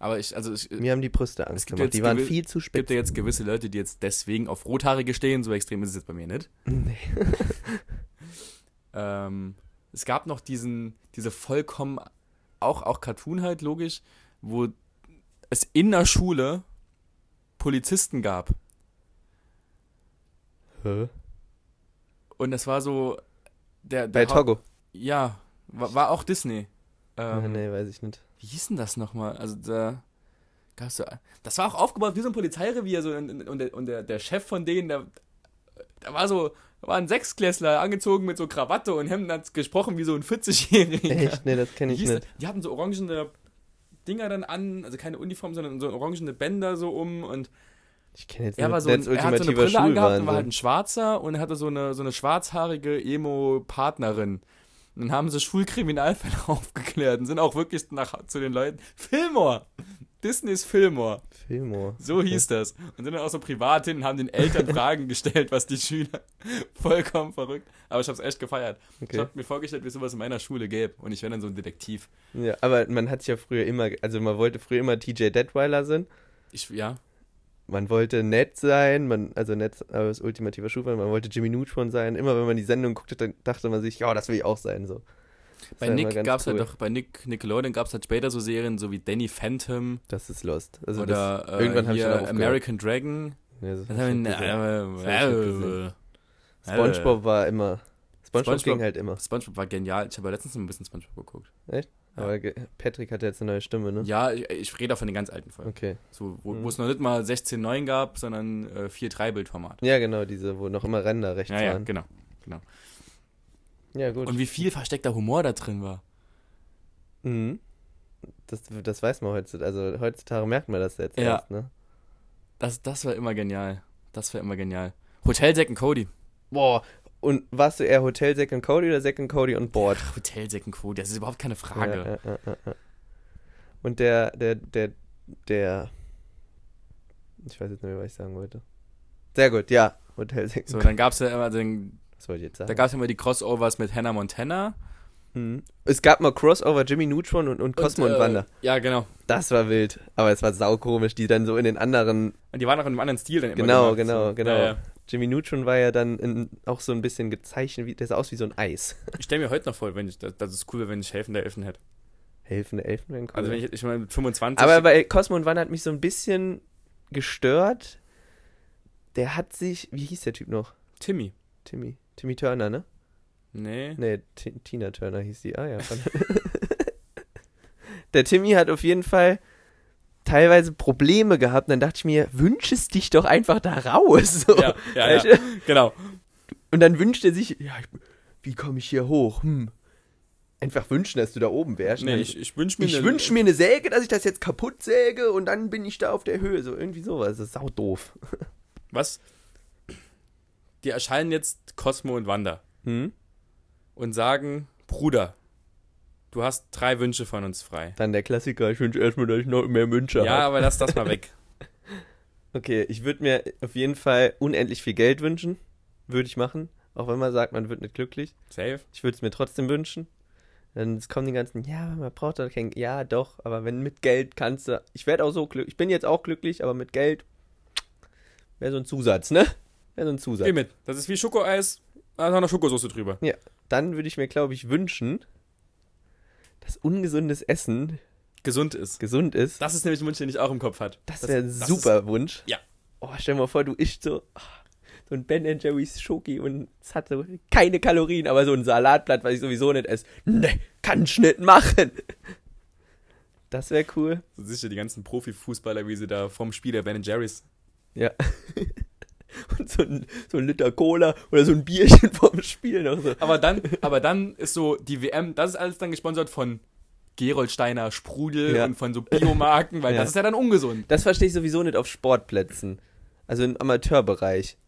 Speaker 1: Aber ich, also ich,
Speaker 2: Mir haben die Brüste Angst
Speaker 1: gibt
Speaker 2: gemacht.
Speaker 1: jetzt
Speaker 2: Die waren
Speaker 1: gewi-
Speaker 2: viel zu
Speaker 1: Es gibt
Speaker 2: spitz.
Speaker 1: ja jetzt gewisse Leute, die jetzt deswegen auf Rothaarige stehen. So extrem ist es jetzt bei mir nicht.
Speaker 2: Nee.
Speaker 1: Ähm, es gab noch diesen, diese vollkommen, auch, auch Cartoon halt, logisch, wo es in der Schule Polizisten gab.
Speaker 2: Hä?
Speaker 1: Und das war so der, der
Speaker 2: Bei
Speaker 1: Haupt-
Speaker 2: Togo.
Speaker 1: Ja, war, war auch Disney.
Speaker 2: Ah,
Speaker 1: Ähm,
Speaker 2: nee, weiß ich nicht.
Speaker 1: Wie hieß denn das nochmal? Also da gab's so. Das war auch aufgebaut wie so ein Polizeirevier. So, und und, der, und der, der Chef von denen, der, der war so, war ein Sechsklässler, angezogen mit so Krawatte und Hemden, hat gesprochen wie so ein 40-Jähriger.
Speaker 2: Echt? Nee, das kenne
Speaker 1: Wie
Speaker 2: ich
Speaker 1: hieß das?
Speaker 2: nicht.
Speaker 1: Die hatten so orangene Dinger dann an, also keine Uniform, sondern so orangene Bänder so um und
Speaker 2: Ich kenne jetzt
Speaker 1: er
Speaker 2: nicht
Speaker 1: war so ein,
Speaker 2: als
Speaker 1: er hat so eine
Speaker 2: ultimativer
Speaker 1: Brille angehabt und war halt
Speaker 2: Schulwahnsinn.
Speaker 1: ein Schwarzer und hatte so eine, so eine schwarzhaarige Emo-Partnerin. Und dann haben sie Schulkriminalfälle aufgeklärt und sind auch wirklich nach, zu den Leuten. Fillmore! Disney's Fillmore.
Speaker 2: Fillmore.
Speaker 1: So hieß das. Und sind dann auch so privat hin und haben den Eltern Fragen gestellt, was die Schüler vollkommen verrückt. Aber ich hab's echt gefeiert. Ich
Speaker 2: Okay.
Speaker 1: hab mir vorgestellt, wie sowas in meiner Schule gäbe. Und ich wäre dann so ein Detektiv.
Speaker 2: Ja, aber man hat es ja früher immer, also man wollte früher immer TJ Detweiler sein.
Speaker 1: Ich, ja.
Speaker 2: Man wollte nett sein, man, also nett als ultimativer Schulwahn, man wollte Jimmy Neutron sein. Immer wenn man die Sendung guckte, dann dachte man sich, ja, das will ich auch sein. So. Das
Speaker 1: Bei
Speaker 2: war
Speaker 1: Nick
Speaker 2: immer ganz
Speaker 1: gab's
Speaker 2: cool.
Speaker 1: halt doch, bei Nick, Nickelodeon gab's halt später so Serien, so wie Danny Phantom.
Speaker 2: Das ist Lost. Also
Speaker 1: Oder
Speaker 2: das,
Speaker 1: äh,
Speaker 2: irgendwann habe ich
Speaker 1: hier
Speaker 2: dann aufgehört.
Speaker 1: American Dragon.
Speaker 2: Nee, das
Speaker 1: Das
Speaker 2: hab ich
Speaker 1: haben
Speaker 2: nicht
Speaker 1: wir,
Speaker 2: gesehen.
Speaker 1: äh,
Speaker 2: hab ich nicht
Speaker 1: äh,
Speaker 2: gesehen. SpongeBob war immer. SpongeBob,
Speaker 1: SpongeBob-
Speaker 2: ging halt immer.
Speaker 1: äh, SpongeBob war genial. Ich habe ja letztens ein bisschen SpongeBob geguckt.
Speaker 2: Aber ge- Patrick hatte jetzt eine neue Stimme, ne?
Speaker 1: Ja, ich, ich rede auch von den ganz alten Folgen.
Speaker 2: Okay.
Speaker 1: So, wo
Speaker 2: Mhm.
Speaker 1: wo es noch nicht mal 16.9 gab, sondern äh, 4.3 Bildformat.
Speaker 2: Ja, genau, diese, wo noch immer Ränder rechts
Speaker 1: Ja, ja,
Speaker 2: waren.
Speaker 1: genau.
Speaker 2: Ja, gut.
Speaker 1: Und wie viel versteckter Humor da drin war.
Speaker 2: Mhm. Das, das weiß man heutzutage. Also heutzutage merkt man das jetzt
Speaker 1: Ja.
Speaker 2: erst, ne?
Speaker 1: Das, das war immer genial. Das war immer genial. Hotel Zack und Cody.
Speaker 2: Boah. Und warst du eher Hotel Zack und Cody oder Zack und Cody und Board?
Speaker 1: Ach, Hotel Zack und Cody, das ist überhaupt keine
Speaker 2: Ja,
Speaker 1: Frage.
Speaker 2: ja, ja, ja, ja. Und der, der, der, der. Ich weiß jetzt nicht mehr, was ich sagen wollte. Sehr gut, ja. Hotel Zack und
Speaker 1: So,
Speaker 2: Cody.
Speaker 1: dann gab es ja immer den,
Speaker 2: Was wollte ich jetzt
Speaker 1: da
Speaker 2: sagen?
Speaker 1: gab's immer die Crossovers mit Hannah Montana.
Speaker 2: Mhm. Es gab mal Crossover Jimmy Neutron und, und Cosmo und,
Speaker 1: äh,
Speaker 2: Wanda.
Speaker 1: Ja, genau.
Speaker 2: Das war wild. Aber es war saukomisch, die dann so in den anderen.
Speaker 1: Und die waren auch in einem anderen Stil dann immer
Speaker 2: Genau,
Speaker 1: gemacht,
Speaker 2: genau,
Speaker 1: so.
Speaker 2: genau.
Speaker 1: Ja, ja.
Speaker 2: Jimmy Neutron war ja dann in, auch so ein bisschen gezeichnet, wie, der sah aus wie so ein Eis.
Speaker 3: Ich stelle mir heute noch vor, wenn ich, dass dass es cool wäre, wenn ich helfende Elfen hätte.
Speaker 2: Helfende Elfen wären cool.
Speaker 3: Also wenn ich, ich meine, mit 25.
Speaker 2: Aber bei Cosmo und Wanda hat mich so ein bisschen gestört. Der hat sich, wie hieß der Typ noch?
Speaker 3: Timmy.
Speaker 2: Timmy. Timmy Turner, ne?
Speaker 3: Nee.
Speaker 2: Nee, T Tina Turner hieß die. Ah ja. der Timmy hat auf jeden Fall teilweise Probleme gehabt. Und dann dachte ich mir, wünsch es dich doch einfach da raus. So.
Speaker 3: Ja, ja,
Speaker 2: Weißt
Speaker 3: ja.
Speaker 2: du?
Speaker 3: genau.
Speaker 2: Und dann wünscht er sich, ja, ich, wie komme ich hier hoch? Hm. Einfach wünschen, dass du da oben wärst. Und
Speaker 3: Nee,
Speaker 2: dann-
Speaker 3: ich, ich wünsche mir
Speaker 2: ich
Speaker 3: eine-
Speaker 2: wünsche mir eine Säge, dass ich das jetzt kaputt säge und dann bin ich da auf der Höhe. So irgendwie sowas. Das ist sau doof.
Speaker 3: Was? Die erscheinen jetzt Cosmo und Wanda
Speaker 2: Hm?
Speaker 3: und sagen, Bruder, du hast drei Wünsche von uns frei.
Speaker 2: Dann der Klassiker, ich wünsche erstmal, dass ich noch mehr Wünsche
Speaker 3: Ja,
Speaker 2: habe.
Speaker 3: aber lass das mal weg.
Speaker 2: Okay, ich würde mir auf jeden Fall unendlich viel Geld wünschen. Würde ich machen. Auch wenn man sagt, man wird nicht glücklich.
Speaker 3: Safe.
Speaker 2: Ich würde es mir trotzdem wünschen. Dann kommen die ganzen, ja, aber man braucht doch kein, ja, doch, aber wenn mit Geld kannst du, ich werde auch so glücklich, ich bin jetzt auch glücklich, aber mit Geld wäre so ein Zusatz, ne? Wäre so ein Zusatz.
Speaker 3: Geh mit. Das ist wie Schokoeis, da ist auch noch Schokosauce drüber.
Speaker 2: dann würde ich mir, glaube ich, wünschen, dass ungesundes Essen
Speaker 3: Gesund ist.
Speaker 2: gesund ist.
Speaker 3: Das ist nämlich ein Wunsch, den ich auch im Kopf hatte.
Speaker 2: Das,
Speaker 3: das-
Speaker 2: wäre ein
Speaker 3: das
Speaker 2: super Wunsch.
Speaker 3: Ja.
Speaker 2: Oh, stell dir mal vor, du ischst so, ah, so ein Ben Jerry's Schoki und es hat so keine Kalorien, aber so ein Salatblatt, was ich sowieso nicht esse. Nee, kann ich nicht machen. Das wäre cool.
Speaker 3: So sicher die ganzen Profifußballer, wie sie da vom Spiel der Ben Jerry's
Speaker 2: Ja. und so ein, so ein Liter Cola oder so ein Bierchen vorm Spiel noch so.
Speaker 4: Aber dann, aber dann ist so die WM, das ist alles dann gesponsert von Gerolsteiner Sprudel
Speaker 2: Ja.
Speaker 4: und von so Biomarken, weil
Speaker 2: Ja.
Speaker 4: das ist ja dann ungesund.
Speaker 2: Das verstehe ich sowieso nicht auf Sportplätzen. Also im Amateurbereich.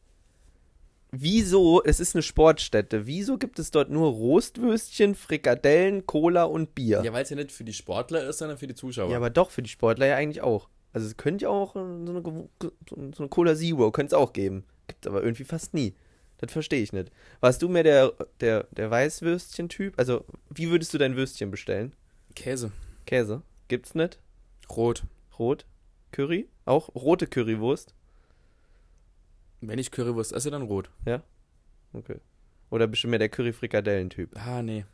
Speaker 2: Wieso, es ist eine Sportstätte, wieso gibt es dort nur Roastwürstchen, Frikadellen, Cola und Bier? Ja,
Speaker 1: Ja, weil es ja nicht für die Sportler ist, sondern für die Zuschauer.
Speaker 2: aber doch, für die Sportler ja eigentlich auch. Also es könnte ja auch äh, so eine, Gew- ge- so so eine Cola Zero, könnte es auch geben. Gibt es aber irgendwie fast nie. Das verstehe ich nicht. Warst du mehr der, der, der Weißwürstchen-Typ? Also, wie würdest du dein Würstchen bestellen?
Speaker 1: Käse.
Speaker 2: Käse? Gibt's nicht?
Speaker 1: Rot.
Speaker 2: Rot? Curry? Auch rote Currywurst?
Speaker 1: Wenn ich Currywurst esse, dann rot.
Speaker 2: Okay. Oder bist du mehr der Curry-Frikadellen-Typ?
Speaker 1: Ah, nee.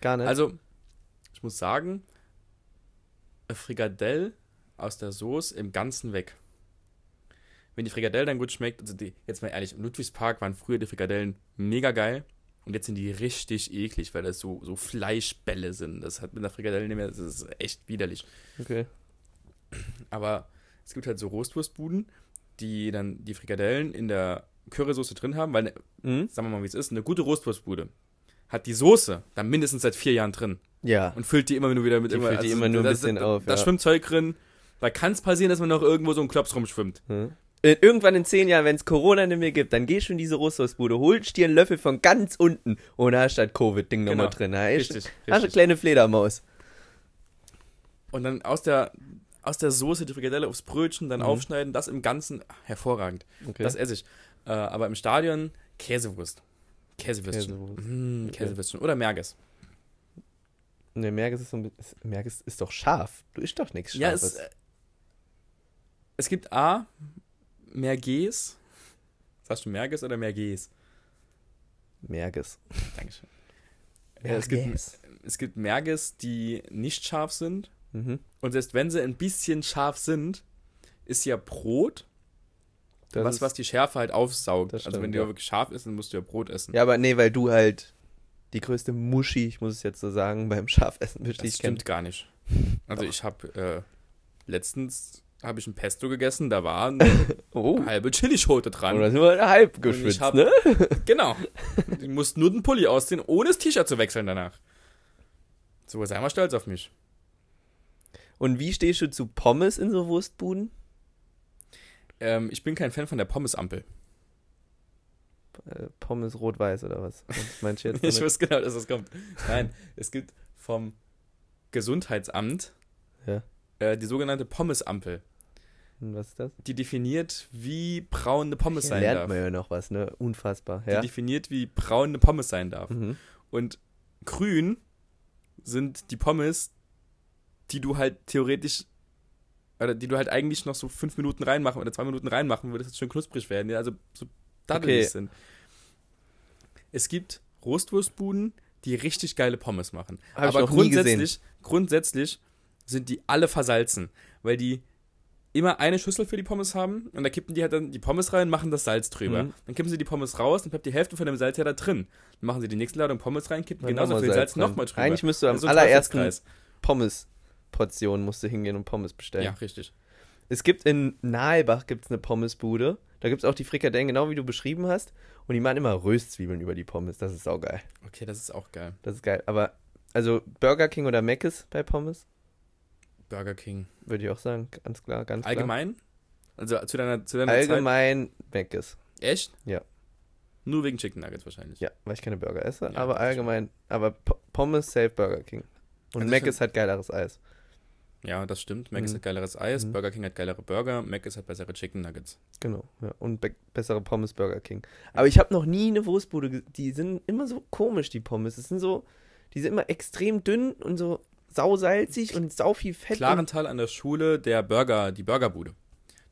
Speaker 2: Gar nicht.
Speaker 1: Also, ich muss sagen, eine Frikadelle aus der Soße im Ganzen weg. Wenn die Frikadelle dann gut schmeckt, also die, jetzt mal ehrlich, im Ludwigspark waren früher die Frikadellen mega geil und jetzt sind die richtig eklig, weil das so, so Fleischbälle sind. Das hat mit einer Frikadelle nicht mehr, das ist echt widerlich.
Speaker 2: okay.
Speaker 1: Aber es gibt halt so Rostwurstbuden, die dann die Frikadellen in der Currysoße drin haben, weil eine
Speaker 2: Hm?
Speaker 1: sagen wir mal, wie es ist, eine gute Rostwurstbude hat die Soße dann mindestens seit vier Jahren drin
Speaker 2: Ja.
Speaker 1: und füllt die immer nur wieder mit Also
Speaker 2: Die füllt die immer nur ein
Speaker 1: da-
Speaker 2: bisschen
Speaker 1: da,
Speaker 2: auf,
Speaker 1: Da
Speaker 2: ja.
Speaker 1: schwimmt Zeug drin. Da kann es passieren, dass man noch irgendwo so einen Klops rumschwimmt.
Speaker 2: Hm? Äh, Irgendwann in zehn Jahren, wenn es Corona nicht mehr gibt, dann gehst du in diese Rostwurstbude, holst dir einen Löffel von ganz unten und da hast du das Covid-Ding nochmal
Speaker 1: Genau.
Speaker 2: drin. Da ist-
Speaker 1: Richtig,
Speaker 2: Hast du eine
Speaker 1: richtig.
Speaker 2: kleine Fledermaus.
Speaker 1: Und dann aus der, aus der Soße die Frikadelle aufs Brötchen, dann
Speaker 2: Mhm.
Speaker 1: aufschneiden, das im Ganzen ah, hervorragend.
Speaker 2: Okay.
Speaker 1: Das esse ich. Äh, aber im Stadion Käsewurst. Käsewürstchen.
Speaker 2: Käsewurst.
Speaker 1: Mm, Käsewürstchen. Oder Merges.
Speaker 2: Ne, Merges ist, so ein bi- ist, Merges ist doch scharf. Du isst doch nichts
Speaker 1: Ja, es,
Speaker 2: Scharfes.
Speaker 1: äh, es gibt A, Merges. Sagst du Merges oder Merges?
Speaker 2: Merges.
Speaker 1: Dankeschön. Ja, es, gibt,
Speaker 2: Merges.
Speaker 1: es gibt Merges, die nicht scharf sind.
Speaker 2: Mhm.
Speaker 1: Und selbst wenn sie ein bisschen scharf sind, ist ja Brot,
Speaker 2: Das
Speaker 1: was,
Speaker 2: ist-
Speaker 1: was die Schärfe halt aufsaugt.
Speaker 2: Das
Speaker 1: also wenn
Speaker 2: stimmt,
Speaker 1: die
Speaker 2: ja.
Speaker 1: wirklich scharf ist, dann musst du ja Brot essen.
Speaker 2: Ja, aber nee, weil du halt die größte Muschi, ich muss es jetzt so sagen, beim Schafessen bist. die
Speaker 1: das
Speaker 2: ich kenn.
Speaker 1: stimmt gar nicht. Also ich habe äh, letztens habe ich ein Pesto gegessen, da war eine
Speaker 2: Oh,
Speaker 1: halbe Chilischote dran.
Speaker 2: oder sind wir halb
Speaker 1: ich
Speaker 2: geschwitzt,
Speaker 1: hab-
Speaker 2: ne?
Speaker 1: Genau. Du musst nur den Pulli ausziehen, ohne das T-Shirt zu wechseln danach. So, sei mal stolz auf mich.
Speaker 2: Und wie stehst du zu Pommes in so Wurstbuden?
Speaker 1: Ähm, ich bin kein Fan von der Pommesampel.
Speaker 2: Äh, Pommes rot-weiß oder was? Was meinst du jetzt?
Speaker 1: Ich
Speaker 2: damit?
Speaker 1: wusste genau, dass das kommt. Nein, es gibt vom Gesundheitsamt
Speaker 2: Ja.
Speaker 1: äh, die sogenannte Pommesampel.
Speaker 2: Und was ist das?
Speaker 1: Die definiert, wie braun eine Pommes
Speaker 2: Da
Speaker 1: sein
Speaker 2: lernt
Speaker 1: darf.
Speaker 2: man ja noch was, ne? Unfassbar.
Speaker 1: Die
Speaker 2: Ja.
Speaker 1: definiert, wie braun eine Pommes sein darf.
Speaker 2: Mhm.
Speaker 1: Und grün sind die Pommes, die du halt theoretisch oder die du halt eigentlich noch so fünf Minuten reinmachen oder zwei Minuten reinmachen würdest, jetzt schon knusprig werden, die also so daddelig
Speaker 2: Okay.
Speaker 1: sind. Es gibt Rostwurstbuden, die richtig geile Pommes machen.
Speaker 2: Hab ich
Speaker 1: Aber
Speaker 2: noch nie
Speaker 1: grundsätzlich,
Speaker 2: gesehen.
Speaker 1: grundsätzlich sind die alle versalzen, weil die immer eine Schüssel für die Pommes haben und da kippen die halt dann die Pommes rein, machen das Salz drüber.
Speaker 2: Mhm.
Speaker 1: Dann kippen sie die Pommes raus, dann bleibt die Hälfte von dem Salz ja da drin. Dann machen sie die nächste Ladung Pommes rein, kippen
Speaker 2: Dann
Speaker 1: genauso
Speaker 2: nochmal
Speaker 1: viel Salz,
Speaker 2: Salz rein.
Speaker 1: nochmal drüber.
Speaker 2: Eigentlich müsstest du am
Speaker 1: Das ist so ein
Speaker 2: allerersten-
Speaker 1: Teufelskreis.
Speaker 2: Pommes-Portion musst du hingehen und Pommes bestellen.
Speaker 1: Ja, richtig.
Speaker 2: Es gibt in Nahelbach gibt's eine Pommesbude. Da gibt es auch die Frikadellen, genau wie du beschrieben hast. Und die machen immer Röstzwiebeln über die Pommes. Das ist saugeil.
Speaker 1: Okay, das ist auch geil.
Speaker 2: Das ist geil. Aber, also Burger King oder Mc's bei Pommes,
Speaker 1: Burger King.
Speaker 2: würde ich auch sagen. Ganz klar, ganz
Speaker 1: Allgemein? Also zu deiner, zu deiner
Speaker 2: klar. Allgemein
Speaker 1: Zeit.
Speaker 2: Mc's.
Speaker 1: Echt?
Speaker 2: Ja.
Speaker 1: Nur wegen Chicken Nuggets wahrscheinlich.
Speaker 2: Ja, weil ich keine Burger esse,
Speaker 1: Ja,
Speaker 2: aber
Speaker 1: das ist
Speaker 2: allgemein, aber P- Pommes safe Burger King. Und
Speaker 1: Also ich
Speaker 2: Mac ist halt geileres Eis.
Speaker 1: Ja, das stimmt. Mac
Speaker 2: Mhm.
Speaker 1: hat geileres Eis,
Speaker 2: Mhm.
Speaker 1: Burger King hat geilere Burger, Mac hat bessere Chicken Nuggets.
Speaker 2: Genau, ja. Und be bessere Pommes Burger King. Aber ich habe noch nie eine Wurstbude, ge- die sind immer so komisch, die Pommes. Es sind so, die sind immer extrem dünn und so sausalzig und sau viel Fett. und-
Speaker 1: Klarenthal an der Schule der Burger, die Burgerbude.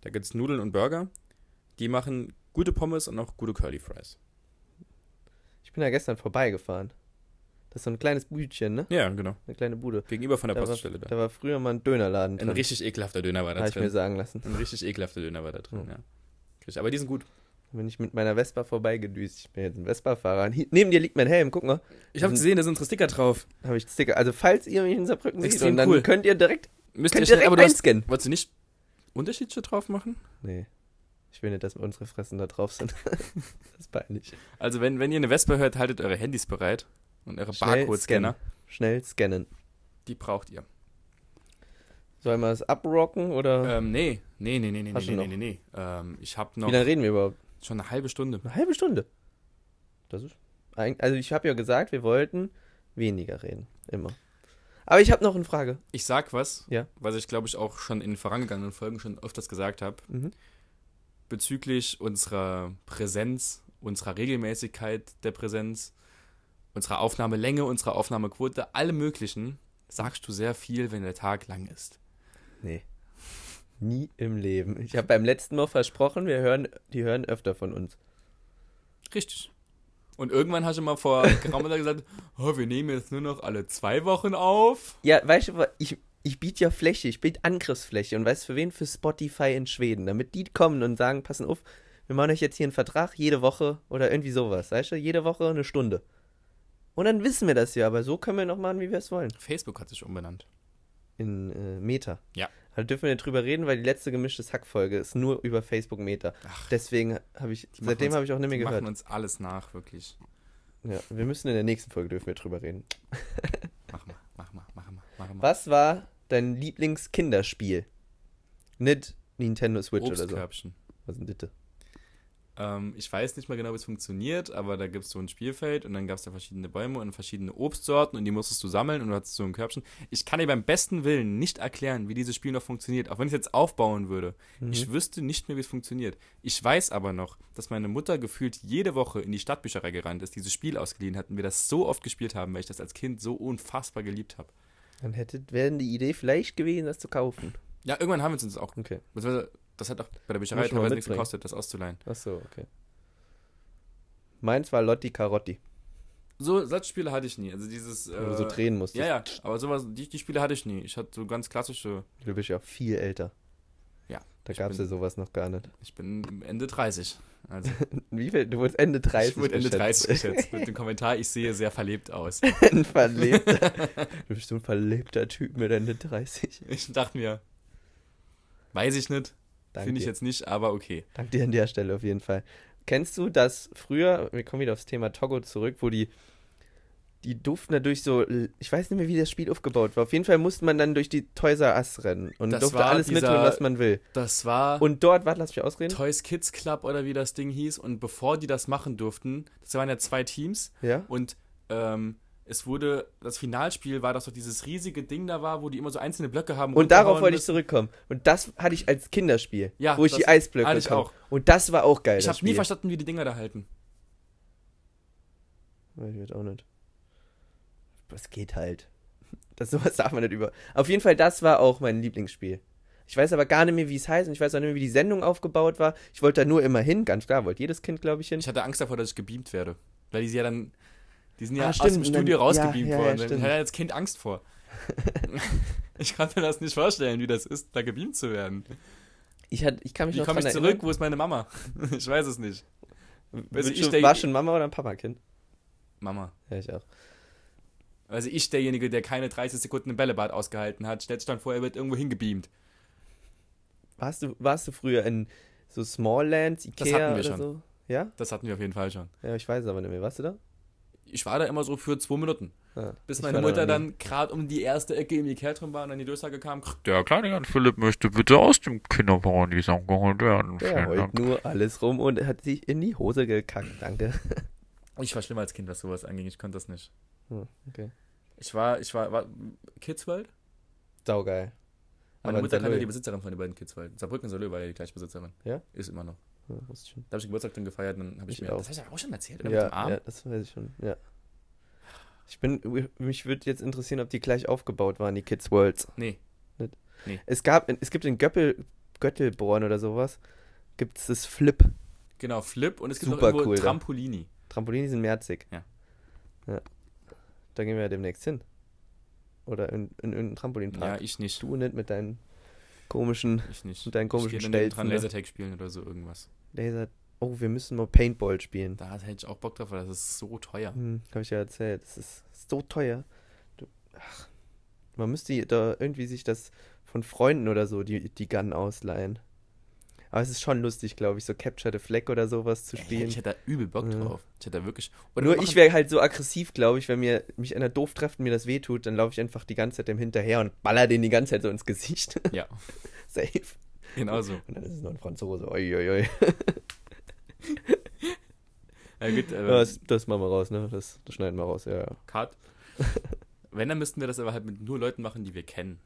Speaker 1: Da gibt's Nudeln und Burger. Die machen gute Pommes und auch gute Curly Fries.
Speaker 2: Ich bin da gestern vorbeigefahren. Das ist so ein kleines Bütchen, ne?
Speaker 1: Ja, genau.
Speaker 2: Eine kleine Bude.
Speaker 1: Gegenüber von der
Speaker 2: Da war,
Speaker 1: Poststelle da.
Speaker 2: da war früher mal ein Dönerladen
Speaker 1: Ein
Speaker 2: drin,
Speaker 1: richtig ekelhafter Döner war da
Speaker 2: habe ich mir
Speaker 1: drin.
Speaker 2: sagen lassen.
Speaker 1: Ein richtig ekelhafter Döner war da drin,
Speaker 2: Mhm.
Speaker 1: ja. Richtig, Aber die sind gut.
Speaker 2: Da bin ich mit meiner Vespa vorbeigedüst. Ich bin jetzt ein Vespa-Fahrer. Hi- Neben dir liegt mein Helm, guck mal.
Speaker 1: Ich habe
Speaker 2: Mhm.
Speaker 1: gesehen, da sind unsere Sticker drauf.
Speaker 2: Habe ich Sticker. Also falls ihr mich in Saarbrücken seht,
Speaker 1: Extrem
Speaker 2: und dann
Speaker 1: cool.
Speaker 2: könnt ihr direkt,
Speaker 1: Müsst
Speaker 2: könnt
Speaker 1: ihr
Speaker 2: direkt
Speaker 1: schnell, aber du hast,
Speaker 2: einscannen.
Speaker 1: wolltest du nicht Unterschiede drauf machen?
Speaker 2: Nee. Ich will nicht, dass unsere Fressen da drauf sind. das ist peinlich.
Speaker 1: Also, wenn, wenn ihr eine Wespe hört, haltet eure Handys bereit und eure genau.
Speaker 2: Schnell
Speaker 1: Barcode-Scanner.
Speaker 2: Schnell scannen.
Speaker 4: Die braucht ihr.
Speaker 2: Sollen wir es abrocken oder?
Speaker 1: Ähm, nee, nee, nee, nee, nee,
Speaker 2: Hast
Speaker 1: nee,
Speaker 2: du
Speaker 1: nee, nee, nee. Ähm, ich habe
Speaker 2: Wie
Speaker 1: noch
Speaker 2: lange reden wir überhaupt?
Speaker 1: schon eine halbe Stunde.
Speaker 2: Eine halbe Stunde. Das ist. eig- Also ich habe ja gesagt, wir wollten weniger reden. Immer. Aber ich habe noch eine Frage.
Speaker 1: Ich sag was,
Speaker 2: Ja.
Speaker 1: was ich glaube ich auch schon in vorangegangenen Folgen schon öfters gesagt habe,
Speaker 2: Mhm.
Speaker 1: bezüglich unserer Präsenz, unserer Regelmäßigkeit der Präsenz, unserer Aufnahmelänge, unserer Aufnahmequote, allem möglichen, sagst du sehr viel, wenn der Tag lang ist.
Speaker 2: Nee. Nie im Leben. Ich habe beim letzten Mal versprochen, wir hören, die hören öfter von uns.
Speaker 1: Richtig. Und irgendwann hast du mal vor geraumer Zeit gesagt, oh, wir nehmen jetzt nur noch alle zwei Wochen auf.
Speaker 2: Ja, weißt du, wa- ich, ich biete ja Fläche, ich biete Angriffsfläche. Und weißt du für wen? Für Spotify in Schweden. Damit die kommen und sagen, passen auf, wir machen euch jetzt hier einen Vertrag, jede Woche oder irgendwie sowas. Weißt du, jede Woche eine Stunde. Und dann wissen wir das ja, aber so können wir noch machen, wie wir es wollen.
Speaker 1: Facebook hat sich umbenannt.
Speaker 2: In äh, Meta.
Speaker 1: Ja.
Speaker 2: Da dürfen wir nicht drüber reden, weil die letzte gemischtes Hack-Folge ist nur über Facebook Meta. Deswegen habe ich,
Speaker 1: machen
Speaker 2: seitdem
Speaker 1: uns-
Speaker 2: habe ich auch nicht mehr
Speaker 1: Die machen
Speaker 2: gehört.
Speaker 1: uns alles nach, wirklich.
Speaker 2: Ja, wir müssen in der nächsten Folge dürfen wir drüber reden.
Speaker 1: Mach mal, mach mal, mach mal, mach mal.
Speaker 2: Was war dein Lieblingskinderspiel? Nicht Nintendo Switch oder so.
Speaker 1: Obstkörbchen.
Speaker 2: Was sind das?
Speaker 1: Ähm, ich weiß nicht mal genau, wie es funktioniert, aber da gibt es so ein Spielfeld und dann gab es da verschiedene Bäume und verschiedene Obstsorten und die musstest du sammeln und du hattest so ein Körbchen. Ich kann dir beim besten Willen nicht erklären, wie dieses Spiel noch funktioniert, auch wenn ich es jetzt aufbauen würde.
Speaker 2: Mhm.
Speaker 1: Ich wüsste nicht mehr, wie es funktioniert. Ich weiß aber noch, dass meine Mutter gefühlt jede Woche in die Stadtbücherei gerannt ist, dieses Spiel ausgeliehen hat und wir das so oft gespielt haben, weil ich das als Kind so unfassbar geliebt habe.
Speaker 2: Dann hätte, wäre die Idee vielleicht gewesen, das zu kaufen.
Speaker 1: Ja, irgendwann haben wir es uns auch.
Speaker 2: Okay.
Speaker 1: beziehungsweise Das hat auch bei der Bücherei
Speaker 2: Muss ich mal
Speaker 1: teilweise nichts
Speaker 2: mitbringen.
Speaker 1: gekostet, das auszuleihen.
Speaker 2: Ach so, okay. Meins war Lotti Carotti,
Speaker 1: So Satzspiele hatte ich nie. Also dieses.
Speaker 2: wo du so
Speaker 1: äh,
Speaker 2: drehen musstest.
Speaker 1: Ja, ja, aber sowas, die, die Spiele hatte ich nie. Ich hatte so ganz klassische,
Speaker 2: Du bist ja viel älter.
Speaker 1: Ja,
Speaker 2: Da
Speaker 1: ich
Speaker 2: gab es ja
Speaker 1: bin-
Speaker 2: sowas noch gar nicht.
Speaker 1: ich bin Ende 30. Also,
Speaker 2: Wie viel? Du wurdest Ende 30.
Speaker 1: ich wurde Ende
Speaker 2: geschätzt.
Speaker 1: 30 geschätzt. Mit dem Kommentar, ich sehe sehr verlebt aus.
Speaker 2: ein verlebter. Du bist so ein verlebter Typ mit Ende 30.
Speaker 1: Ich dachte mir, weiß ich nicht,
Speaker 2: Danke.
Speaker 1: finde ich jetzt nicht, aber okay.
Speaker 2: Dank dir an der Stelle auf jeden Fall. Kennst du das früher, wir kommen wieder aufs Thema Togo zurück, wo die, die durften da durch so, ich weiß nicht mehr, wie das Spiel aufgebaut war. Auf jeden Fall musste man dann durch die Toys R Us rennen und
Speaker 1: Das
Speaker 2: durfte
Speaker 1: war
Speaker 2: alles
Speaker 1: dieser- Ah.
Speaker 2: mitholen, was man will.
Speaker 1: Das war
Speaker 2: Und dort, warte, lass mich ausreden.
Speaker 1: Toys Kids Club oder wie das Ding hieß. Und bevor die das machen durften, das waren ja zwei Teams.
Speaker 2: Ja?
Speaker 1: Und ähm, es wurde, das Finalspiel war, dass doch dieses riesige Ding da war, wo die immer so einzelne Blöcke haben.
Speaker 2: Und darauf
Speaker 1: runterhauen
Speaker 2: wollte ich
Speaker 1: müssen.
Speaker 2: zurückkommen. Und das hatte ich als Kinderspiel,
Speaker 1: Ja,
Speaker 2: wo ich
Speaker 1: das
Speaker 2: die Eisblöcke
Speaker 1: hatte ich
Speaker 2: bekam.
Speaker 1: auch.
Speaker 2: Und das war auch geil.
Speaker 1: Ich
Speaker 2: das
Speaker 1: habe nie
Speaker 2: Spiel.
Speaker 1: verstanden, wie die Dinger da halten.
Speaker 2: Weiß ich jetzt auch nicht. Das geht halt. Das sowas darf man nicht über. Auf jeden Fall, das war auch mein Lieblingsspiel. Ich weiß aber gar nicht mehr, wie es heißt und ich weiß auch nicht mehr, wie die Sendung aufgebaut war. Ich wollte da nur immer hin, ganz klar, wollte jedes Kind, glaube ich, hin.
Speaker 1: Ich hatte Angst davor, dass ich gebeamt werde. Weil die sind ja dann. Die sind ja
Speaker 2: Ah,
Speaker 1: aus
Speaker 2: stimmt,
Speaker 1: dem
Speaker 2: und dann-
Speaker 1: Studio rausgebeamt
Speaker 2: ja, ja, ja,
Speaker 1: worden. ich
Speaker 2: stimmt.
Speaker 1: hatte als Kind Angst vor. ich kann mir das nicht vorstellen, wie das ist, da gebeamt zu werden.
Speaker 2: Ich, hat, ich kann mich
Speaker 1: Wie
Speaker 2: noch
Speaker 1: komme ich
Speaker 2: dran
Speaker 1: zurück? Wo ist meine Mama? ich weiß es nicht.
Speaker 2: erinnern.
Speaker 1: Also
Speaker 2: Willst
Speaker 1: ich
Speaker 2: du,
Speaker 1: der-
Speaker 2: war schon Mama oder ein Papa-Kind?
Speaker 1: Mama.
Speaker 2: Ja, ich auch.
Speaker 1: Also ich, derjenige, der keine 30 Sekunden im Bällebad ausgehalten hat, stellt sich dann vor, er wird irgendwo hingebeamt.
Speaker 2: Warst du, warst du früher in so Smalllands, Ikea
Speaker 1: Das hatten wir
Speaker 2: oder
Speaker 1: schon.
Speaker 2: so? Ja?
Speaker 1: Das hatten wir auf jeden Fall schon.
Speaker 2: Ja, ich weiß es aber nicht mehr. Warst du da?
Speaker 1: Ich war da immer so für zwei Minuten.
Speaker 2: Ja.
Speaker 1: Bis
Speaker 2: Ich
Speaker 1: meine
Speaker 2: war da
Speaker 1: Mutter
Speaker 2: noch nie.
Speaker 1: dann gerade um die erste Ecke im Ikea drin war und dann die Durchsage kam.
Speaker 5: Der kleine Jan Philipp möchte bitte aus dem Kinderparadies abgeholt werden.
Speaker 2: Der
Speaker 5: Vielen Dank.
Speaker 2: heult nur alles rum und hat sich in die Hose gekackt. Danke.
Speaker 1: Ich war schlimmer als Kind, was sowas anging. Ich konnte das nicht.
Speaker 2: Hm, okay.
Speaker 1: Ich war, ich war, war Kids World?
Speaker 2: Saugeil.
Speaker 1: Meine
Speaker 2: Aber in
Speaker 1: Mutter kannte
Speaker 2: Saarlouis.
Speaker 1: die Besitzerin von den beiden Kids, weil Saarbrücken und Salö war ja die gleiche Besitzerin.
Speaker 2: Ja?
Speaker 1: Ist immer noch.
Speaker 2: Ja, wusste ich schon.
Speaker 1: Da habe ich Geburtstag drin gefeiert und dann habe ich,
Speaker 2: Ich
Speaker 1: mir.
Speaker 2: auch.
Speaker 1: Das habe ich aber auch schon erzählt, oder? Mit dem
Speaker 2: Ja,
Speaker 1: Arm?
Speaker 2: ja, das weiß ich schon, ja. Ich bin, mich würde jetzt interessieren, ob die gleich aufgebaut waren, die Kids Worlds.
Speaker 1: Nee.
Speaker 2: Es gab, es gibt in Göppel, Göttelborn oder sowas, gibt es das Flip.
Speaker 1: Genau, Flip und es gibt noch
Speaker 2: Super
Speaker 1: irgendwo
Speaker 2: cool, da.
Speaker 1: Trampolini.
Speaker 2: Trampolini sind merzig.
Speaker 1: Ja.
Speaker 2: Ja. Da gehen wir ja demnächst hin. Oder in, in, in einen
Speaker 1: Ja,
Speaker 2: Trampolinpark.
Speaker 1: ich nicht.
Speaker 2: Du nicht mit deinen komischen
Speaker 1: Ich nicht.
Speaker 2: Mit deinen komischen
Speaker 1: ich geh dann dran
Speaker 2: Stelzen, ne?
Speaker 1: Lasertag spielen oder so irgendwas.
Speaker 2: Laser. Oh, wir müssen mal Paintball spielen.
Speaker 1: Da hätte ich auch Bock drauf, weil das ist so teuer.
Speaker 2: Hm, hab ich ja erzählt. Es ist so teuer. Du, ach, man müsste da irgendwie sich das von Freunden oder so, die, die Gun ausleihen. Aber es ist schon lustig, glaube ich, so Capture the Flag oder sowas zu
Speaker 1: Ey,
Speaker 2: spielen.
Speaker 1: ich hätte da übel Bock
Speaker 2: Ja.
Speaker 1: drauf. Ich hätte da wirklich. Oder wir
Speaker 2: Nur
Speaker 1: machen-
Speaker 2: ich wäre halt so aggressiv, glaube ich, wenn mir mich einer doof trifft und mir das wehtut, dann laufe ich einfach die ganze Zeit dem hinterher und baller den die ganze Zeit so ins Gesicht.
Speaker 1: Ja,
Speaker 2: Safe.
Speaker 1: genau so.
Speaker 2: Und dann ist es noch ein Franzose. Oi, oi, oi.
Speaker 1: Ja, gut, äh,
Speaker 2: Das, das machen wir raus, ne? Das, das schneiden wir raus, ja. ja.
Speaker 1: Cut. Wenn, dann müssten wir das aber halt mit nur Leuten machen, die wir kennen.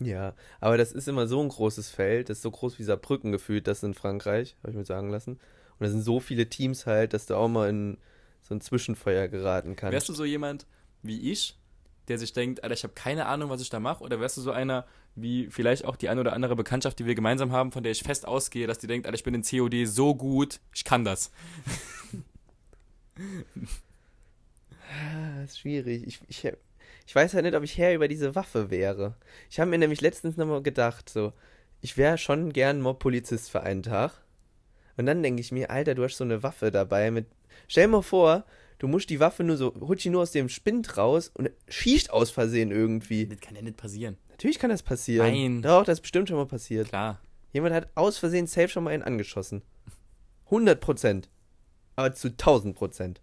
Speaker 2: Ja, aber das ist immer so ein großes Feld, das ist so groß wie Saarbrücken gefühlt, das in Frankreich, habe ich mir sagen lassen. Und da sind so viele Teams halt, dass du auch mal in so ein Zwischenfeuer geraten kannst.
Speaker 1: Wärst du so jemand wie ich, der sich denkt, Alter, ich habe keine Ahnung, was ich da mache? Oder wärst du so einer wie vielleicht auch die eine oder andere Bekanntschaft, die wir gemeinsam haben, von der ich fest ausgehe, dass die denkt, Alter, ich bin in COD so gut, ich kann das.
Speaker 2: Ah, ist schwierig. Ich, ich, ich weiß halt nicht, ob ich Herr über diese Waffe wäre. Ich habe mir nämlich letztens nochmal gedacht, so, ich wäre schon gern Mob-Polizist für einen Tag. Und dann denke ich mir, Alter, du hast so eine Waffe dabei mit. Stell dir mal vor, du musst die Waffe nur so, holst die nur aus dem Spind raus und schießt aus Versehen irgendwie.
Speaker 1: Das kann ja nicht passieren.
Speaker 2: Natürlich kann das passieren.
Speaker 1: Nein.
Speaker 2: Doch, das ist bestimmt schon mal passiert.
Speaker 1: Klar.
Speaker 2: Jemand hat aus Versehen safe schon mal einen angeschossen. 100 Prozent. Aber zu 1000 Prozent.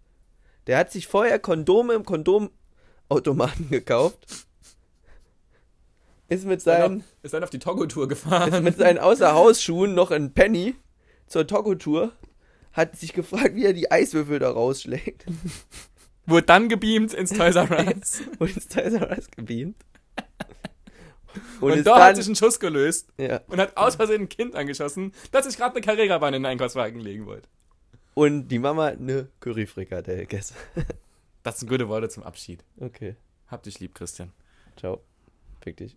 Speaker 2: Der hat sich vorher Kondome im Kondomautomaten gekauft. Ist mit seinen,
Speaker 1: ist dann auf die Togo-Tour
Speaker 2: ist
Speaker 1: gefahren.
Speaker 2: mit seinen Außerhausschuhen noch in Penny zur Togo-Tour. Hat sich gefragt, wie er die Eiswürfel da rausschlägt.
Speaker 1: Wurde dann gebeamt ins Toys R Us.
Speaker 2: Und ist da rausgebeamt.
Speaker 1: Und,
Speaker 2: ist
Speaker 1: dort
Speaker 2: dann,
Speaker 1: hat sich ein Schuss gelöst
Speaker 2: ja.
Speaker 1: und hat aus Versehen ein Kind angeschossen, das sich gerade eine Carrera-Bahn in den Einkaufswagen legen wollte.
Speaker 2: Und die Mama hat eine Curryfrikadelle gegessen.
Speaker 1: Das sind gute Worte zum Abschied.
Speaker 2: Okay.
Speaker 1: Hab dich lieb, Christian.
Speaker 2: Ciao. Fick dich.